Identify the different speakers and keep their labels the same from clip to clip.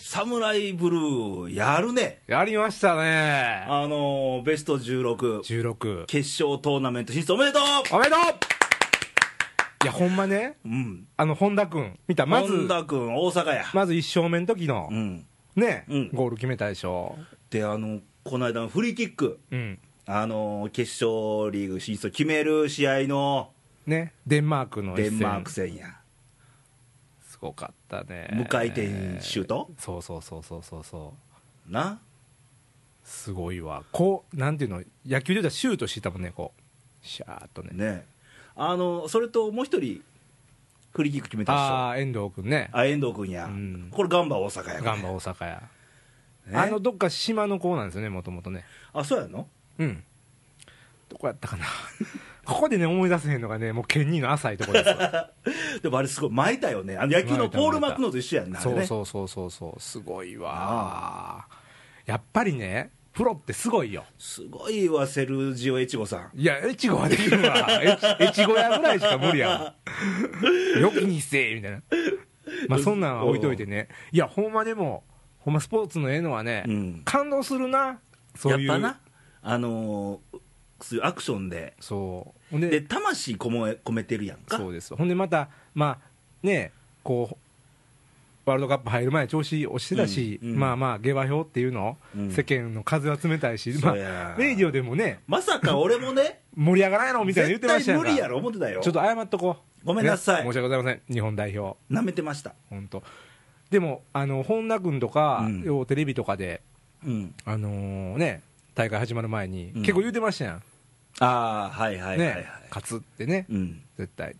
Speaker 1: サムライブルー、やるね。
Speaker 2: やりましたね。
Speaker 1: あのーベスト16、
Speaker 2: 16。
Speaker 1: 決勝トーナメント進出おめでとう
Speaker 2: おめでとういや、ほんまね、
Speaker 1: うん。
Speaker 2: あの、本田君、見た、ま
Speaker 1: 本
Speaker 2: ず、
Speaker 1: 田君、大阪や。
Speaker 2: まず1勝目の時の
Speaker 1: う、ん。
Speaker 2: ね、
Speaker 1: うん
Speaker 2: ゴール決めたでしょ。
Speaker 1: で、あの、この間のフリーキック、
Speaker 2: うん。
Speaker 1: あのー決勝リーグ進出を決める試合の
Speaker 2: ね、デンマークの一
Speaker 1: デ
Speaker 2: 戦
Speaker 1: ンマーク戦や。
Speaker 2: すごかったね。
Speaker 1: 無回転シュート
Speaker 2: そうそうそうそうそうそう。
Speaker 1: な。
Speaker 2: すごいわ。こう、なんていうの、野球で言うたらシュートしてたもんね、こう。シャーっとね。
Speaker 1: ね。あの、それともう一人、フリーキック決めたでしょ。
Speaker 2: ああ、遠藤君ね。
Speaker 1: あ、遠藤君や。
Speaker 2: うん
Speaker 1: これガンバ大阪や、これ
Speaker 2: ガンバ大阪や。
Speaker 1: ね
Speaker 2: あの、どっか島の子なんですよね、もともとね。
Speaker 1: あ、そうやの
Speaker 2: うん。どこやったかな。 ここでね、思い出せへんのがね、もう、ケニーの浅いとこですわ
Speaker 1: でもあれすごい巻いたよね。あの野球のポール巻くのと一緒やんな、あれ
Speaker 2: そ
Speaker 1: ね。
Speaker 2: うそうそうそうそう、すごいわ。やっぱりね、プロってすごいよ。
Speaker 1: すごいわ、セルジオ越後さん。
Speaker 2: いや、越後はできるわ。 越越後屋ぐらいしか無理やわ。よきにせえ、みたいな。まあ、そんなんは置いといてね。いや、ほんまでも、ほんまスポーツのええのはね、
Speaker 1: うん
Speaker 2: 感動するな。そういう。
Speaker 1: やっぱな、あのーそういうアクションで、
Speaker 2: そう。ほん
Speaker 1: で魂こもえ込めてるやんか、
Speaker 2: そうですほんでまた、まあね、こうワールドカップ入る前、調子落ちてたし、
Speaker 1: うんうん
Speaker 2: まあまあ、下馬評っていうの、
Speaker 1: うん
Speaker 2: 世間の風は冷たいし、ま
Speaker 1: そうや
Speaker 2: あ、レイディオでもね、
Speaker 1: まさか俺もね、
Speaker 2: 盛り上がらない のみたいな言ってまし
Speaker 1: 絶
Speaker 2: た
Speaker 1: 対
Speaker 2: やん
Speaker 1: 無
Speaker 2: か
Speaker 1: 理やろ、思ってたよ、
Speaker 2: ちょっと謝っとこう、
Speaker 1: ごめんなさい
Speaker 2: ね申し訳ございません、日本代表、
Speaker 1: なめてました、
Speaker 2: 本当、でも、あの本田君とか、
Speaker 1: うん
Speaker 2: ようテレビとかで、
Speaker 1: うん、
Speaker 2: あのーね、大会始まる前に、
Speaker 1: うん
Speaker 2: 結構言うてましたやん、
Speaker 1: ああ、はいはいはい、はい
Speaker 2: ね、勝つってね、
Speaker 1: うん、
Speaker 2: 絶対。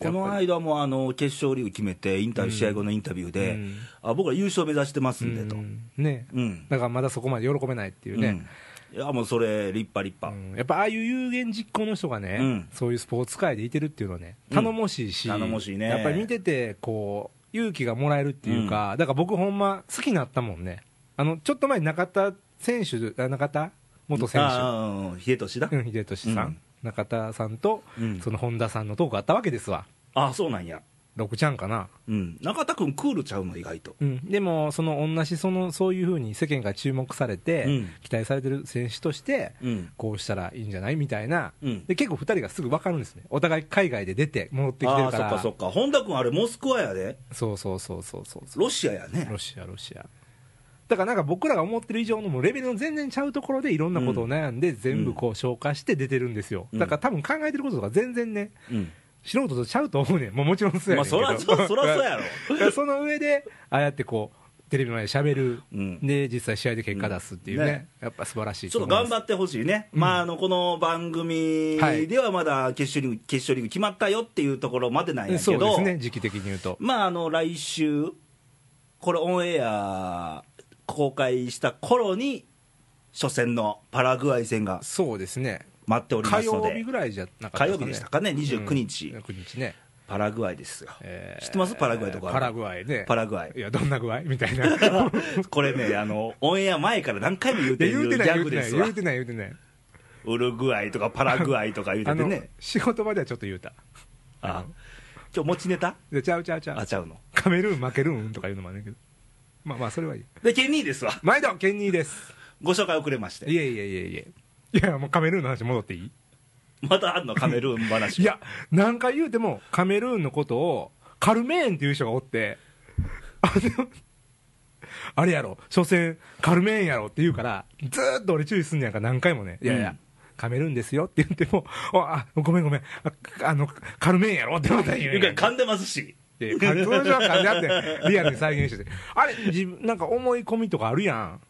Speaker 1: この
Speaker 2: やっ
Speaker 1: 間もあの決勝リーグ決めて、インタビュー、試合後のインタビューで、
Speaker 2: うん
Speaker 1: あ、僕ら優勝目指してます
Speaker 2: ぱり
Speaker 1: んでと、
Speaker 2: う
Speaker 1: うん
Speaker 2: んね、だからまだそこまで喜べないっていうね。
Speaker 1: うんいやもうそれ、立派、立
Speaker 2: う
Speaker 1: 派、
Speaker 2: んやっぱああいう有言実行の人がね、
Speaker 1: うん
Speaker 2: そういうスポーツ界でいてるっていうのはね、
Speaker 1: うん
Speaker 2: 頼もしいし、
Speaker 1: 頼もしいね
Speaker 2: やっぱり見てて、こう、勇気がもらえるっていうか、だから僕、ほんま、好きになったもんね、あのちょっと前に中田選手、あ中田元選手、
Speaker 1: ああ、秀俊だ、
Speaker 2: うん秀俊さん、
Speaker 1: うん
Speaker 2: 中田さんと、
Speaker 1: うん
Speaker 2: その本田さんのトークあったわけですわ、
Speaker 1: ああ、そうなんや、
Speaker 2: 6ちゃんかな。
Speaker 1: うん、中田君、クールちゃうの、意外と。
Speaker 2: うん、でも、その同じその、そういうふうに世間が注目されて、
Speaker 1: うん
Speaker 2: 期待されてる選手として、
Speaker 1: うん
Speaker 2: こうしたらいいんじゃないみたいな、
Speaker 1: うん
Speaker 2: で結構2人がすぐ分かるんですね、お互い海外で出て戻ってきて
Speaker 1: あ
Speaker 2: る
Speaker 1: あ
Speaker 2: から、
Speaker 1: そっかそっか本田君あれモスクワやで
Speaker 2: そうそうそうそうそう
Speaker 1: ロシアやね
Speaker 2: ロシア、ロシア。だからなんか僕らが思ってる以上のもうレベルの全然ちゃうところでいろんなことを悩んで全部こう消化して出てるんですよ、
Speaker 1: うん
Speaker 2: だから多分考えてることとか全然ね
Speaker 1: うん
Speaker 2: 素人とちゃうと思うねんもうもちろんそう
Speaker 1: ま
Speaker 2: や
Speaker 1: あ
Speaker 2: ねんけ
Speaker 1: そ
Speaker 2: ど
Speaker 1: らそ そらそうやろ
Speaker 2: その上でああやってこうテレビの前で喋る、
Speaker 1: うん
Speaker 2: で実際試合で結果出すっていうね,、
Speaker 1: うんね
Speaker 2: やっぱ素晴らしい
Speaker 1: ちょっと頑張
Speaker 2: っ
Speaker 1: ってほしいね、
Speaker 2: うん
Speaker 1: まああのこの番組
Speaker 2: はい
Speaker 1: ではまだ決勝リーグ決勝リーグ決まったよっていうところまでなんや
Speaker 2: そ
Speaker 1: け
Speaker 2: うで
Speaker 1: ど、
Speaker 2: すね時期的に言うと
Speaker 1: まああの来週これオンエア公開した頃に初戦のパラグアイ戦が
Speaker 2: そうですね
Speaker 1: 待っておりま
Speaker 2: 火
Speaker 1: すの
Speaker 2: 曜日
Speaker 1: で
Speaker 2: ぐらいじゃなかった
Speaker 1: 火曜日でしたかね29日、
Speaker 2: うん29日ね、
Speaker 1: パラグアイですよ、
Speaker 2: えー
Speaker 1: 知ってますパラグアイとか
Speaker 2: パラグアイね
Speaker 1: パラグアイ
Speaker 2: いやどんな具合みた いないや
Speaker 1: これね、あの、オンエア前から何回も言うて
Speaker 2: 言う
Speaker 1: る
Speaker 2: て
Speaker 1: ギ
Speaker 2: ない
Speaker 1: ャ
Speaker 2: 言う
Speaker 1: グで
Speaker 2: てない
Speaker 1: す
Speaker 2: 言
Speaker 1: わ
Speaker 2: う。てない言うてない
Speaker 1: ウルグアイとかパラグアイとか言うて
Speaker 2: あ
Speaker 1: て
Speaker 2: の
Speaker 1: ね。
Speaker 2: 仕事場ではちょっと言うた
Speaker 1: あ
Speaker 2: あ
Speaker 1: 今日持ちネタ
Speaker 2: でちゃうちゃうちゃ
Speaker 1: あ
Speaker 2: う
Speaker 1: ちゃうの。
Speaker 2: カメルーン負けるんとか言うのもあるけどまあまあそれはいい
Speaker 1: で、ケニーですわ。
Speaker 2: 毎度ケンニーです
Speaker 1: ご紹介遅れまし
Speaker 2: い
Speaker 1: て。
Speaker 2: やいやいやいやいやもうカメルーンの話戻っていい
Speaker 1: またあんの、カメルーン話。
Speaker 2: いや何回言うてもカメルーンのことをカルメーンっていう人がおってあのあれやろ所詮カルメーンやろって言うからずーっと俺注意すんねやんか何回もねいやいや、
Speaker 1: うん
Speaker 2: カメルーンですよって言っても、あ、あごめんごめん、ああの、カルメーンやろってまた言う
Speaker 1: ゆ
Speaker 2: んや
Speaker 1: か噛
Speaker 2: ん
Speaker 1: んでますし。
Speaker 2: で、カルトの人は感じあって、リアルに再現してて。あれ、自分、なんか思い込みとかあるやん。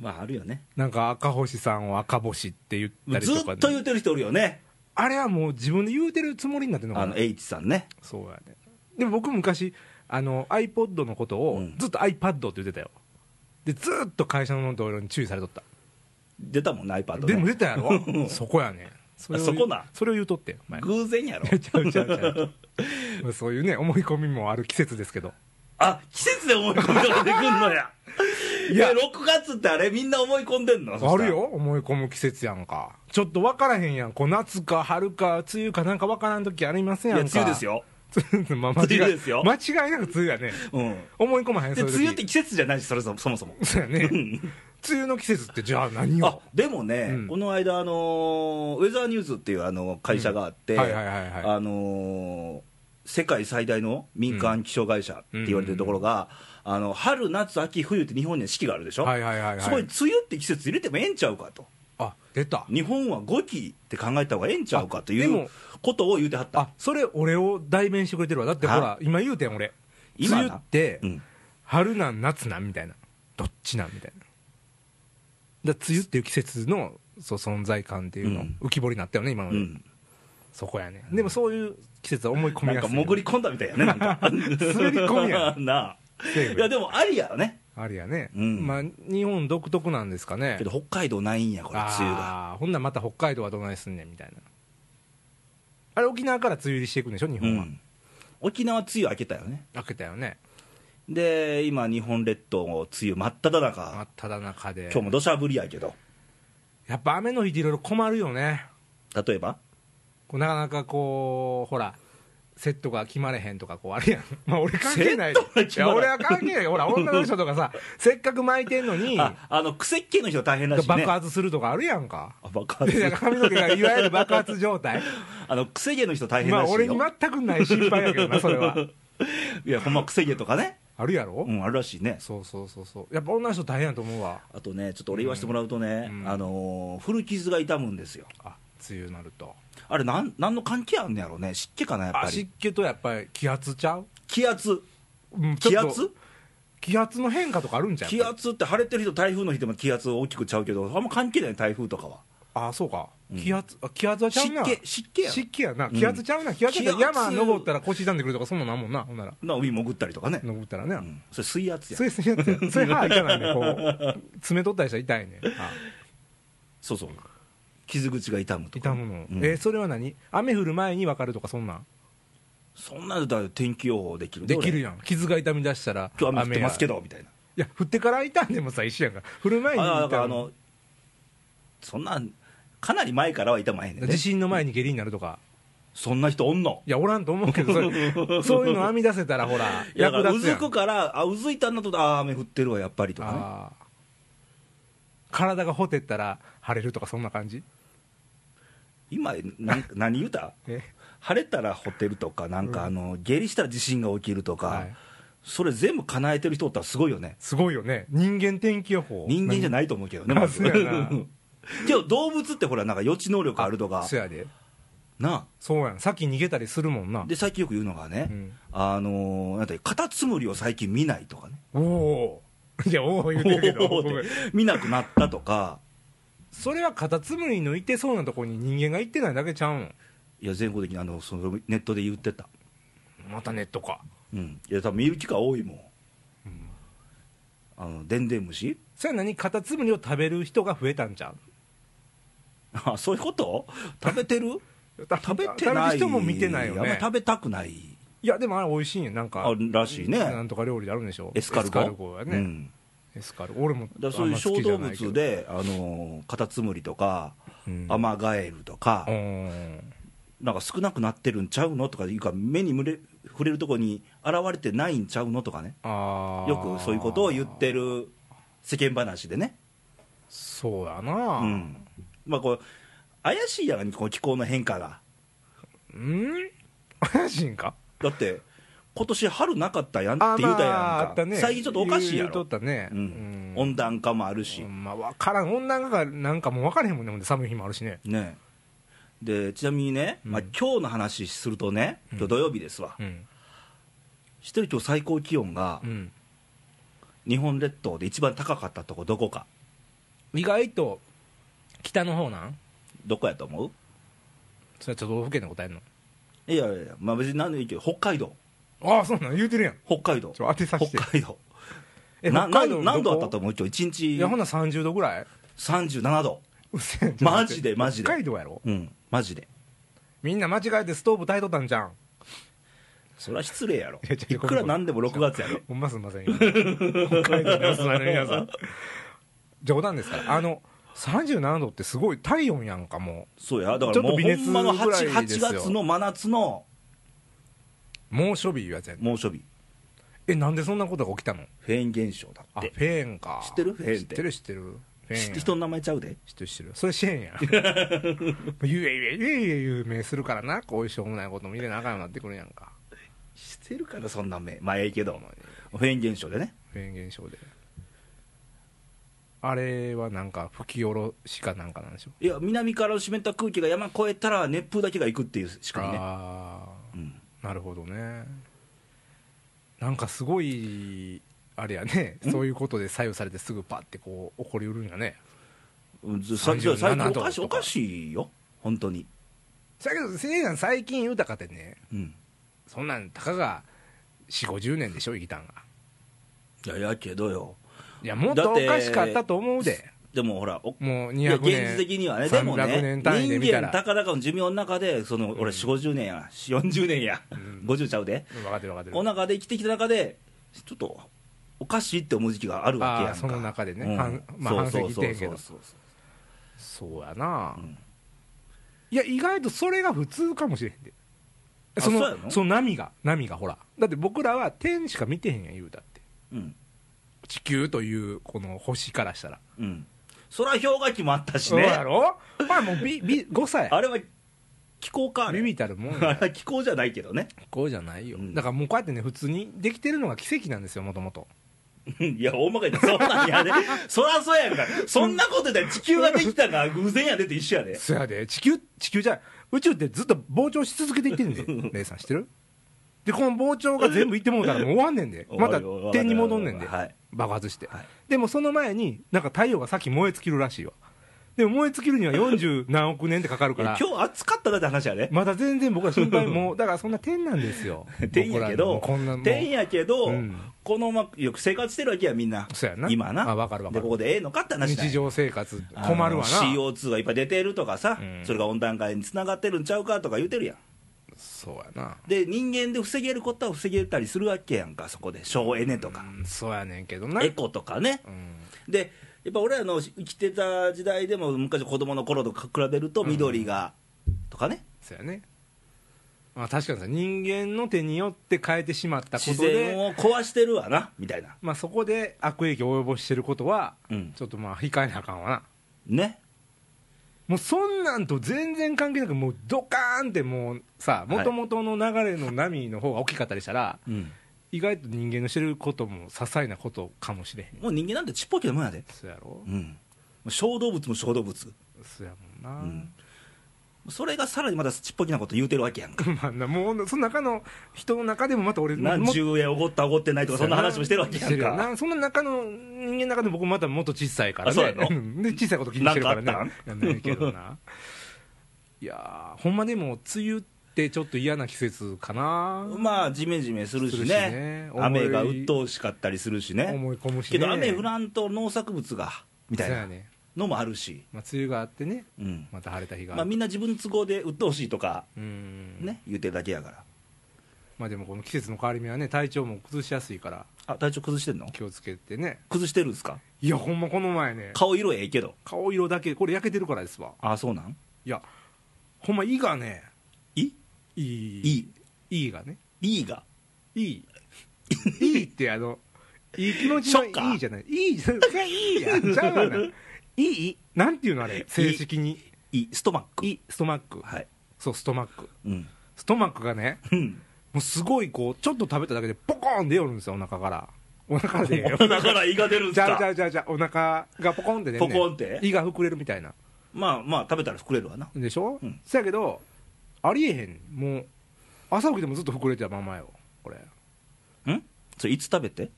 Speaker 1: まあ、あるよね。
Speaker 2: なんか赤星さんを赤星って言ったり
Speaker 1: ず
Speaker 2: とか、
Speaker 1: っと言うてる人おるよね。
Speaker 2: あれはもう自分で言うてるつもりになってるの
Speaker 1: あ
Speaker 2: か
Speaker 1: の、
Speaker 2: な。
Speaker 1: H さんね。
Speaker 2: そうやね。でも僕昔、あの、iPod のこと
Speaker 1: う
Speaker 2: を
Speaker 1: ん
Speaker 2: ずっと iPad って言ってたよ。で、ずっと会社の同僚に注意されとった。
Speaker 1: 出たもんね、iPad
Speaker 2: でも
Speaker 1: ね。
Speaker 2: 出たやろそこやね。れを
Speaker 1: そこな
Speaker 2: それを言うとってよ、 前
Speaker 1: 偶然やろ。
Speaker 2: ちゃうちゃうちゃう。まあそういうね、思い込みもある季節ですけど。
Speaker 1: あ、季節で思い込みが出てくんのや。い
Speaker 2: いや
Speaker 1: や、6月ってあれみんな思い込んでんの
Speaker 2: あるよ。思い込む季節やんかちょっと分からへんやんこう夏か春か梅雨かなんか分からん時ありませ
Speaker 1: い
Speaker 2: んや
Speaker 1: や、
Speaker 2: ん
Speaker 1: 梅
Speaker 2: か
Speaker 1: 雨ですよ。
Speaker 2: まあ間違い
Speaker 1: 梅雨ですよ
Speaker 2: 間違いなく梅雨やね
Speaker 1: うん
Speaker 2: 思い込まへん
Speaker 1: で
Speaker 2: そういう
Speaker 1: 梅
Speaker 2: 時
Speaker 1: 雨って季節じゃないしそれそそもそも
Speaker 2: そうやね梅雨の季節ってじゃあ何
Speaker 1: あ
Speaker 2: を
Speaker 1: でもね、
Speaker 2: うん
Speaker 1: この間、あのーウェザーニューズっていうあの会社があって、
Speaker 2: うんはいはいはいはい
Speaker 1: あのー世界最大の民間気象会社って言われてるところが、あの春、夏、秋、冬って日本には四季があるでしょ、
Speaker 2: はいはいはいはい
Speaker 1: そこに梅雨って季節入れてもええんちゃうかと、
Speaker 2: あ出た
Speaker 1: 日本は五季って考えた方がええんちゃうかとい
Speaker 2: あでも
Speaker 1: うことを言うてはった
Speaker 2: あ、それ俺を代弁してくれてるわだってほら
Speaker 1: は
Speaker 2: 今言うてん俺
Speaker 1: 今な
Speaker 2: 梅雨って
Speaker 1: うん
Speaker 2: 春なん夏なんみたいなどっちなんみたいなだから梅雨っていう季節のそう存在感っていうの、
Speaker 1: うん
Speaker 2: 浮き彫りになったよね今の
Speaker 1: う
Speaker 2: で、
Speaker 1: ん、
Speaker 2: そこやねでもそういう季節は思い込
Speaker 1: な
Speaker 2: み
Speaker 1: ん
Speaker 2: やす
Speaker 1: か
Speaker 2: い
Speaker 1: 潜り込んだみたいやね、なん か、滑り
Speaker 2: 込みや
Speaker 1: なあ、
Speaker 2: セー
Speaker 1: い
Speaker 2: フ
Speaker 1: や、でもありやろね、
Speaker 2: あれやね、
Speaker 1: うん
Speaker 2: まあ日本独特なんですかね
Speaker 1: けど北海道ないんや、これ、梅雨が。
Speaker 2: ああーほんならまた北海道はどないすんねんみたいなあれ沖縄から梅雨入りしていくんでしょ日
Speaker 1: う
Speaker 2: 本は、
Speaker 1: ん、沖縄、梅雨明けたよね、
Speaker 2: 開けたよね
Speaker 1: で今、日本列島、梅雨真っ只
Speaker 2: 真
Speaker 1: 中、
Speaker 2: っ只中で
Speaker 1: 今日も土砂降りやけど、
Speaker 2: やっぱ雨の日っていろいろ困るよね
Speaker 1: 例えば、
Speaker 2: こうなかなかこうほらセットが決まれへんとかこうあるやん まあ俺関係ないい
Speaker 1: セットが決まら
Speaker 2: や
Speaker 1: ん
Speaker 2: 俺は関係ないほら女の人とかさせっかく巻いてんのに
Speaker 1: ああの癖っ気の人、大変らしいね、
Speaker 2: 爆発するとかあるやんか
Speaker 1: あ爆
Speaker 2: でなん
Speaker 1: 発
Speaker 2: か髪の毛がいわゆる爆発状態
Speaker 1: あの癖毛の人、大変
Speaker 2: ま
Speaker 1: ら
Speaker 2: あ
Speaker 1: しい
Speaker 2: 俺
Speaker 1: よ、
Speaker 2: に全くない心配やけどなそれは
Speaker 1: いや、ほんま、癖毛とかね、
Speaker 2: あるやろ、
Speaker 1: うん、あるらしいね。
Speaker 2: そうそうそうそうやっぱ女の人大変やと思うわ
Speaker 1: あとね、ちょっと俺言わせてもらうとね、
Speaker 2: うん
Speaker 1: あのー古傷が痛むんですよ、
Speaker 2: あ梅雨になると
Speaker 1: あれなん、なんの関係あんのやろうね、湿気かな、やっぱ
Speaker 2: あ
Speaker 1: り
Speaker 2: 湿、気とやっぱり気圧ちゃう、
Speaker 1: 気圧、
Speaker 2: うんち
Speaker 1: 気
Speaker 2: ょっと
Speaker 1: 圧
Speaker 2: 気圧の変化とかあるんじゃん
Speaker 1: 気圧って晴れてる日と台風の日でも気圧大きくちゃうけど、あんま関係ない、台風とかは。
Speaker 2: あそうか
Speaker 1: うん
Speaker 2: 気圧、あ気圧はちゃう
Speaker 1: 湿
Speaker 2: な
Speaker 1: 気、湿気やろ
Speaker 2: 湿気やな、
Speaker 1: ん
Speaker 2: 気圧ちゃうな、気圧やったら
Speaker 1: 気
Speaker 2: 山
Speaker 1: 圧
Speaker 2: 登ったら腰痛んでくるとか、そんなんなんもんな、ほんなら、
Speaker 1: な海潜ったりとかね、
Speaker 2: 登ったらね、
Speaker 1: うんそれ水圧や
Speaker 2: そうですね、それ歯痛ないね、こう、爪取ったりしたら痛いね、あ
Speaker 1: そうそう傷口が痛むとか
Speaker 2: 痛むの、
Speaker 1: うん
Speaker 2: えそれは何、雨降る前に分かるとか、そんなん、
Speaker 1: そんなのだったら天気予報できる
Speaker 2: できる
Speaker 1: ん
Speaker 2: やん、傷が痛み出したら、
Speaker 1: 今日雨降ってますけ
Speaker 2: ど、
Speaker 1: どみたいない
Speaker 2: や、降ってから痛んでもさ、一緒やんか、降る前に
Speaker 1: あだからあ
Speaker 2: 痛む、
Speaker 1: のそんなんかなり前からは痛まへんねんね
Speaker 2: 地震の前に下痢になるとか、
Speaker 1: そんな人おんの
Speaker 2: いや、おらんと思うけど、それそういうの編み出せたら、ほら、
Speaker 1: いやだ
Speaker 2: 役
Speaker 1: からう
Speaker 2: 立つ
Speaker 1: ず
Speaker 2: やん
Speaker 1: く。からあうずいたんだとああ雨降ってるわやっぱりとかね
Speaker 2: あー体がほてったら腫れるとかそんな感じ
Speaker 1: 今なん何言うた
Speaker 2: え
Speaker 1: 晴れたらホテルとかなんかあの下痢したら地震が起きるとか、
Speaker 2: はい
Speaker 1: それ全部叶えてる人おったらすごいよね
Speaker 2: すごいよね人間天気予報
Speaker 1: 人間じゃ
Speaker 2: ない
Speaker 1: ないと思うけどね、
Speaker 2: 何
Speaker 1: まず。
Speaker 2: あそう やな
Speaker 1: けど動物ってほら、なんか予知能力あるとか
Speaker 2: そ、やで
Speaker 1: な
Speaker 2: そうやんさっき逃げたりするもんな
Speaker 1: あで、最近よく言うのがね、
Speaker 2: うん
Speaker 1: あのーなんていうカタツムリを最近見ないとかね、
Speaker 2: おおーい やおお 言うてるけど
Speaker 1: おー
Speaker 2: ごめん
Speaker 1: って見なくなったとか、
Speaker 2: それはカタツムリのいてそうなとこに人間が行ってないだけちゃうん
Speaker 1: いや、全国的にあのそのネットで言ってた、
Speaker 2: またネットか
Speaker 1: うん、いや、多分見る機会多いもん、あのでんでん虫
Speaker 2: それは何カタツムリを食べる人が増えたんちゃう
Speaker 1: あそういうこと食べてる食べて
Speaker 2: 食
Speaker 1: ない
Speaker 2: べる人も見てないよ
Speaker 1: あんま
Speaker 2: ね
Speaker 1: 食べたくない
Speaker 2: いやでもあれ美味しいんやなんか
Speaker 1: あらしい
Speaker 2: な
Speaker 1: ね
Speaker 2: んとか料理であるんでしょ
Speaker 1: エスカルゴ
Speaker 2: やね、
Speaker 1: うん
Speaker 2: エスカルゴ俺も
Speaker 1: だからそういう小動物で、あのーカタツムリとか、
Speaker 2: うん
Speaker 1: アマガエルとか
Speaker 2: う、ん
Speaker 1: なんか少なくなってるんちゃうのとかいうか、目に触れ触れるとこに現れてないんちゃうのとかね、
Speaker 2: あー
Speaker 1: よくそういうことを言ってる世間話でね、
Speaker 2: そうやな
Speaker 1: う、んまあ、こう怪しいやん、こう気候の変化が。
Speaker 2: うん怪しいんか
Speaker 1: だって今年春なかったやんって言うたやん
Speaker 2: まああ
Speaker 1: か、
Speaker 2: ったね
Speaker 1: 最近ちょっとおかしいや
Speaker 2: 言うと
Speaker 1: ろ
Speaker 2: っ、たね
Speaker 1: うん温暖化もあるし、
Speaker 2: うんまあ分からん温暖化がなんかもう分からへんもんねほんで寒い日もあるしね
Speaker 1: ねでちなみにね、まあ
Speaker 2: うん
Speaker 1: 今日の話するとね、今日土曜日ですわ、
Speaker 2: うん
Speaker 1: 知ってる今日最高気温が
Speaker 2: うん
Speaker 1: 日本列島で一番高かったとこどこか
Speaker 2: 意外と北の方なん
Speaker 1: どこやと思う
Speaker 2: それはちょっと道府県の答えんの
Speaker 1: いやいやいや、まあ、別に何でもいいけど北海道
Speaker 2: ああそうなん言うてるやん
Speaker 1: 北海道
Speaker 2: ちょ当てさせて
Speaker 1: 北海道
Speaker 2: え
Speaker 1: な
Speaker 2: 北海道
Speaker 1: な
Speaker 2: の
Speaker 1: ん
Speaker 2: どこ
Speaker 1: 何度あったと思う今日
Speaker 2: いや
Speaker 1: 1
Speaker 2: ほん
Speaker 1: 日
Speaker 2: なら30度ぐらい
Speaker 1: 37度
Speaker 2: うっせえんちょっと待っ
Speaker 1: マ
Speaker 2: て
Speaker 1: ジでマジで
Speaker 2: 北海道やろ
Speaker 1: うんマジで
Speaker 2: みんな間違えてストーブ炊いとったんじゃん
Speaker 1: それは失礼やろ
Speaker 2: いやちょ
Speaker 1: いくらなんでも6月やろ
Speaker 2: ほんますんません。北海道のお住まいの皆さん。冗談ですから。あの、37度ってすごい体温やんか、も
Speaker 1: そうやだか
Speaker 2: ちょ
Speaker 1: ら
Speaker 2: っ
Speaker 1: も
Speaker 2: と
Speaker 1: う
Speaker 2: 微
Speaker 1: ほ
Speaker 2: 熱
Speaker 1: んまの
Speaker 2: ぐら
Speaker 1: 8,
Speaker 2: いですよ
Speaker 1: 8月の真夏の
Speaker 2: う。猛暑日いうやつやん
Speaker 1: 猛暑日
Speaker 2: えなんでそんなことが起きたの
Speaker 1: フェーン現象だ
Speaker 2: あ
Speaker 1: っ
Speaker 2: フ
Speaker 1: て
Speaker 2: ェーンか
Speaker 1: 知ってるフェーンって
Speaker 2: 知ってる知ってるフェーン
Speaker 1: 知
Speaker 2: や
Speaker 1: って人の名前ちゃうで
Speaker 2: 知ってる知ってるそれシェーンや ゆえゆえゆえゆえ有名するからなこういうしょうもないことも入れなあかんようになってくるやんか
Speaker 1: 知ってるからそんな名まあええけど
Speaker 2: ほんまに
Speaker 1: フェーン現象でね
Speaker 2: フェーン現象であれはなんか吹き下ろしかなんかなんでしょ
Speaker 1: いや南からの湿った空気が山越えたら熱風だけが行くっていう仕組みね、
Speaker 2: ああ
Speaker 1: うん、
Speaker 2: なるほどねなんかすごいあれやねそういうことで左右されてすぐパッてこう起こりうるんやね
Speaker 1: うんずさ
Speaker 2: 37
Speaker 1: 最近
Speaker 2: 度
Speaker 1: おかしい
Speaker 2: と
Speaker 1: お
Speaker 2: か
Speaker 1: かしいよ本当に
Speaker 2: だけどせいやん最近豊かってね
Speaker 1: うん
Speaker 2: そんなんたかが4 5 0年でしょ生きたんが
Speaker 1: いややけどよ
Speaker 2: いやもっとお
Speaker 1: だって
Speaker 2: かしかったと思うで
Speaker 1: でもほらお
Speaker 2: もう200
Speaker 1: いや現
Speaker 2: 年
Speaker 1: 実的にはねでも
Speaker 2: 300
Speaker 1: ね
Speaker 2: 年単位で見
Speaker 1: 人
Speaker 2: た
Speaker 1: 間
Speaker 2: ら
Speaker 1: たかだかの寿命の中でその俺4 5 0年や40年や、
Speaker 2: ん
Speaker 1: 50ちゃうで
Speaker 2: 分かってる分かってる
Speaker 1: お中で生きてきた中でちょっとおかしいって思う時期があるわけやん
Speaker 2: あ
Speaker 1: か
Speaker 2: ーその中でね
Speaker 1: うん
Speaker 2: 反まあ
Speaker 1: そう
Speaker 2: 反省してんけど
Speaker 1: そうそうそうそう
Speaker 2: そうやな、
Speaker 1: うん
Speaker 2: いや意外とそれが普通かもしれへんで
Speaker 1: あ
Speaker 2: その
Speaker 1: そうやの
Speaker 2: その波が波がほらだって僕らは天しか見てへんやん言うたって
Speaker 1: うん
Speaker 2: 地球というこの星からしたら、
Speaker 1: うんそら氷河期もあったし
Speaker 2: そうや
Speaker 1: ね
Speaker 2: ろまあもうビビ5歳
Speaker 1: あれは気候かあれ
Speaker 2: ビビたるもん
Speaker 1: あれ
Speaker 2: や
Speaker 1: は気候じゃないけどね
Speaker 2: こうじゃないよ、
Speaker 1: うん
Speaker 2: だからもうこうやってね普通にできてるのが奇跡なんですよもともと
Speaker 1: いや大まかにそうなんやで そらそうやんかそんなことで地球ができたが偶然やでって一緒やで
Speaker 2: そやで地球地球じゃない宇宙ってずっと膨張し続けていってん ねんでレイさん知ってるでこの膨張が全部いってもうたらもう終わんねん でまた点に戻んねんで
Speaker 1: はい
Speaker 2: 爆発して、
Speaker 1: はい
Speaker 2: でもその前になんか太陽がさっき燃え尽きるらしいわでも燃え尽きるには40何億年ってかかるか
Speaker 1: 今
Speaker 2: ら
Speaker 1: 日暑かったなって話やね
Speaker 2: まだ全然僕は心配もうだからそんな点なんですよ
Speaker 1: 天やけど
Speaker 2: 僕らのこんなもう
Speaker 1: 天やけど
Speaker 2: うん
Speaker 1: このまよく生活してるわけやみんな
Speaker 2: そうやな
Speaker 1: 今な
Speaker 2: あ分かる分か
Speaker 1: で
Speaker 2: る
Speaker 1: ここでええのかって話だよ
Speaker 2: 日常生活
Speaker 1: あの
Speaker 2: 困るわな
Speaker 1: CO2 がいっぱい出てるとかさ、
Speaker 2: うん
Speaker 1: それが温暖化につながってるんちゃうかとか言うてるやん
Speaker 2: そうやな
Speaker 1: で人間で防げることは防げたりするわけやんかそこで省エネとか、
Speaker 2: うんそうやねんけどな
Speaker 1: エコとかね
Speaker 2: うん
Speaker 1: でやっぱ俺らの生きてた時代でも昔子供の頃とか比べると緑が、とかね
Speaker 2: そうやね、まあ、確かにさ人間の手によって変えてしまったこ
Speaker 1: 自
Speaker 2: と
Speaker 1: 然
Speaker 2: で、
Speaker 1: を壊してるわなみたいな
Speaker 2: まあ、そこで悪影響を及ぼしてることは、
Speaker 1: うん
Speaker 2: ちょっとまあ控えなあかんわな
Speaker 1: ね
Speaker 2: もうそんなんと全然関係なくもうドカーンってもう
Speaker 1: は
Speaker 2: さも
Speaker 1: い
Speaker 2: ともとの流れの波の方が大きかったりしたら、
Speaker 1: うん
Speaker 2: 意外と人間のしてることも些細なことかもしれへん
Speaker 1: もう人間なんてちっぽけなもんやで
Speaker 2: そうやろ
Speaker 1: うんもう小動物も小動物
Speaker 2: そうやもんな、
Speaker 1: うんそれがさらにまたちっぽけなこと言うてるわけやんか
Speaker 2: まあなもうその中の人の中でもまた俺も
Speaker 1: 何
Speaker 2: っと
Speaker 1: 十円おごったおごってないとかそんな話もしてるわけや
Speaker 2: して
Speaker 1: ん
Speaker 2: るよ
Speaker 1: か
Speaker 2: なそんな中の人間の中で僕またもっと小さいからね
Speaker 1: あそうやろ
Speaker 2: んで小さいこと気にしてるからね
Speaker 1: なんかあっ
Speaker 2: やんないけどないやーほんまでも梅雨ってちょっと嫌な季節かな、
Speaker 1: まあジメジメするしね
Speaker 2: するしね
Speaker 1: 雨が鬱陶しかったりするしね
Speaker 2: 思い込むし、
Speaker 1: け
Speaker 2: ね、
Speaker 1: ど雨降らんと農作物がみたい
Speaker 2: そう
Speaker 1: な
Speaker 2: やね、
Speaker 1: のもあるし、
Speaker 2: まあ、梅雨があってね
Speaker 1: うん
Speaker 2: また晴れた日があ
Speaker 1: まあ、みんな自分の都合で鬱陶しいとか
Speaker 2: うん
Speaker 1: ね、言うてるだけやから
Speaker 2: まあでもこの季節の変わり目はね体調も崩しやすいから
Speaker 1: あ体調崩してんの
Speaker 2: 気をつけてね
Speaker 1: 崩してるんですか
Speaker 2: いやほんまこの前ね
Speaker 1: 顔色ええけど
Speaker 2: 顔色だけこれ焼けてるからですわ
Speaker 1: あそうなん
Speaker 2: いやほんま胃がね
Speaker 1: い
Speaker 2: い
Speaker 1: い
Speaker 2: い
Speaker 1: い
Speaker 2: 胃がね
Speaker 1: いいが
Speaker 2: いい。 いいってあの、いい気持ち
Speaker 1: シ
Speaker 2: の
Speaker 1: ョッカー
Speaker 2: いいじゃない。いいじゃない。それいいやん。ちゃうわな。 いいなんていうのあれ。正式に。
Speaker 1: いいストマック
Speaker 2: いい。ストマック。
Speaker 1: はい
Speaker 2: そう、ストマック。
Speaker 1: うん
Speaker 2: ストマックがね、
Speaker 1: うん
Speaker 2: もうすごいこう、ちょっと食べただけでポコーン出よるんですよ、お腹から。 お腹からで。
Speaker 1: だから胃が出るんす
Speaker 2: じゃあじゃ
Speaker 1: か
Speaker 2: あじゃあじゃあお腹がポコンってねんねん。
Speaker 1: ポコンって
Speaker 2: 胃が膨れるみたいな。
Speaker 1: まあまあ食べたら膨れるわな
Speaker 2: でしょ
Speaker 1: うん
Speaker 2: そやけど、ありえへん。もう、朝起きてもずっと膨れてたままよ、これ。
Speaker 1: んそれいつ食べて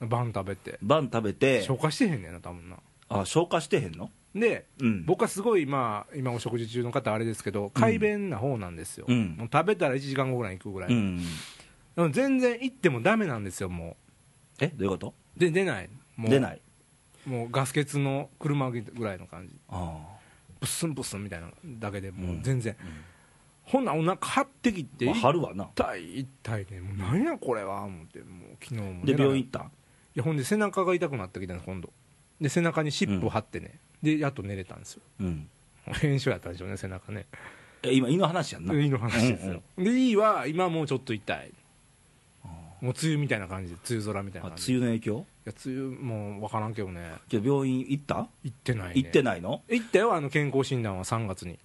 Speaker 2: 晩食べて。
Speaker 1: 晩食べて
Speaker 2: 消化してへんねんな、多分な。
Speaker 1: あ消化してへんの
Speaker 2: で、
Speaker 1: うん
Speaker 2: 僕はすごい、まあ、今お食事中の方あれですけど快便な方なんですよ、
Speaker 1: うん
Speaker 2: もう食べたら1時間後ぐらいに行くぐらい、
Speaker 1: うん
Speaker 2: でも全然行ってもダメなんですよも
Speaker 1: えどういうこと
Speaker 2: うで出ないもう
Speaker 1: 出ない
Speaker 2: もうガス欠の車揚げぐらいの感じ
Speaker 1: あ
Speaker 2: ブスンブスンみたいなのだけでもう
Speaker 1: うん
Speaker 2: 全然、
Speaker 1: ん
Speaker 2: ほんならお腹張ってきて
Speaker 1: あ
Speaker 2: 痛
Speaker 1: 貼るわない
Speaker 2: 痛いねもう何やこれは思ってもう昨日も
Speaker 1: で
Speaker 2: 寝られ
Speaker 1: 病院行った
Speaker 2: いやほんで背中が痛くなってきたんです今度で背中に湿布貼ってね、でやっと寝れたんですよ
Speaker 1: うん
Speaker 2: 炎症やったんでしょうね背中ね
Speaker 1: え今胃の話やんな
Speaker 2: でいいの話ですよ、でいいは今もうちょっと痛いもう梅雨みたいな感じで梅雨空みたい
Speaker 1: あ
Speaker 2: な
Speaker 1: 梅
Speaker 2: 感じ
Speaker 1: 雨の影響
Speaker 2: いや梅雨もう分からんけどね
Speaker 1: けど病院行った
Speaker 2: 行ってない、ね、
Speaker 1: 行って
Speaker 2: い
Speaker 1: ないの
Speaker 2: 行ったよあの健康診断は3月に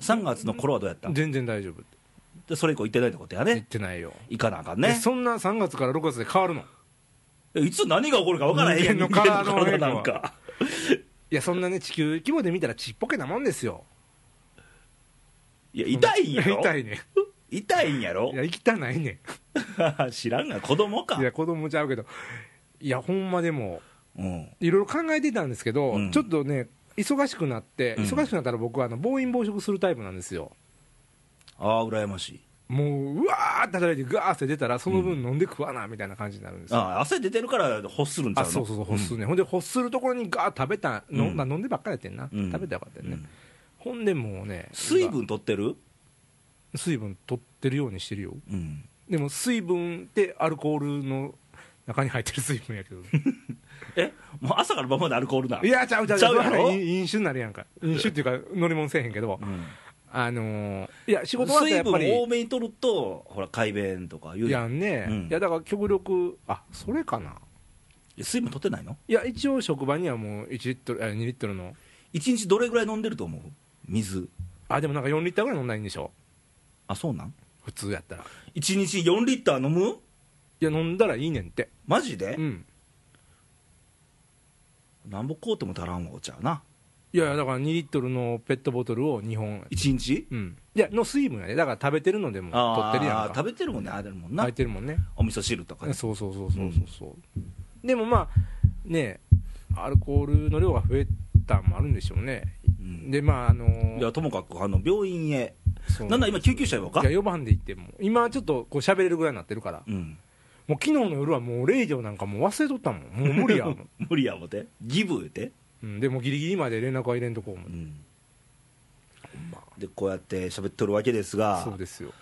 Speaker 1: ?3 月の頃はどうやった
Speaker 2: 全然大丈夫
Speaker 1: でそれ以降行ってないってことや
Speaker 2: 行っ
Speaker 1: ね
Speaker 2: てないよ
Speaker 1: 行かなあかん
Speaker 2: え
Speaker 1: ね
Speaker 2: そんな3月から6月で変わるの
Speaker 1: えいつ何が起こるか分からへんやん
Speaker 2: 人間の体の
Speaker 1: 人間なんか
Speaker 2: いやそんなね地球規模で見たらちっぽけなもんですよ
Speaker 1: いや痛いんやろ
Speaker 2: 痛いね
Speaker 1: 痛いんやろ
Speaker 2: いや行きたないね
Speaker 1: 知らんが子供か
Speaker 2: いや子供ちゃうけどいやほんまでも
Speaker 1: うん
Speaker 2: いろいろ考えてたんですけど、
Speaker 1: うん
Speaker 2: ちょっとね忙しくなって
Speaker 1: うん
Speaker 2: 忙しくなったら僕はあの暴飲暴食するタイプなんですよ
Speaker 1: ああ羨ましい
Speaker 2: もううわーって働いてガーって出たらその分飲んで食わなみたいな感じになるんですよ、
Speaker 1: ああ汗出てるから欲するんちゃ
Speaker 2: あ
Speaker 1: うの
Speaker 2: そうそうそう欲するね、ほんで欲するところにガーッ食べたの、
Speaker 1: うん
Speaker 2: まあ飲んでばっかりやってんな、
Speaker 1: うん
Speaker 2: 食べたらよかったよ
Speaker 1: うん
Speaker 2: ね、ほんでもうね
Speaker 1: 水分取ってる
Speaker 2: 水分取ってるようにしてるよ
Speaker 1: うん
Speaker 2: でも水分ってアルコールの中に入ってる水分 やけど
Speaker 1: えもう朝から晩までアルコールない
Speaker 2: やちゃうちゃう
Speaker 1: ちゃうやろ
Speaker 2: それは飲飲酒になるやんか飲酒っていうか乗り物せえへんけど、
Speaker 1: うん
Speaker 2: あのーいや仕事終わったらや
Speaker 1: 水
Speaker 2: っぱり
Speaker 1: 分多めに取るとほら快便とか言うや
Speaker 2: や
Speaker 1: ん
Speaker 2: んね、
Speaker 1: うん
Speaker 2: いやだから極力あそれかな
Speaker 1: え水分取ってないの
Speaker 2: いや一応職場にはもう1リットルあ2リットルの
Speaker 1: 1日どれぐらい飲んでると思う水
Speaker 2: あでもなんか4リッターぐらい飲んないんでしょ
Speaker 1: あそうなん
Speaker 2: 普通やったらい
Speaker 1: 1日4リッター飲む
Speaker 2: や飲んだらいいねんって
Speaker 1: マジで、
Speaker 2: うん
Speaker 1: なんぼこうても足らんわお茶はない
Speaker 2: やいやだから2リットルのペットボトルを2本
Speaker 1: 1日
Speaker 2: うんいやの水分やねだから食べてるのでも取
Speaker 1: あ
Speaker 2: ってるやん
Speaker 1: あ
Speaker 2: か
Speaker 1: 食べてるもんねあれもんな、
Speaker 2: 入ってるもんね
Speaker 1: お味噌汁とかね
Speaker 2: そうそうそうそうそうそう、でもまあねアルコールの量が増えたんもあるんでしょうね
Speaker 1: うん
Speaker 2: でまああの
Speaker 1: いやともかくあの病院へ
Speaker 2: そう
Speaker 1: なんだ今救急車呼ぼうか
Speaker 2: いや4番で行っても今ちょっとこう喋れるぐらいになってるから
Speaker 1: うん
Speaker 2: もう昨日の夜はもう0時なんかもう忘れとったもんもう無理やもん、
Speaker 1: 無理や思てギブ言うて、
Speaker 2: うん、でもギリギリまで連絡は入れんとこうも
Speaker 1: うん
Speaker 2: ま
Speaker 1: でこうやって喋っとるわけですが
Speaker 2: そうですよ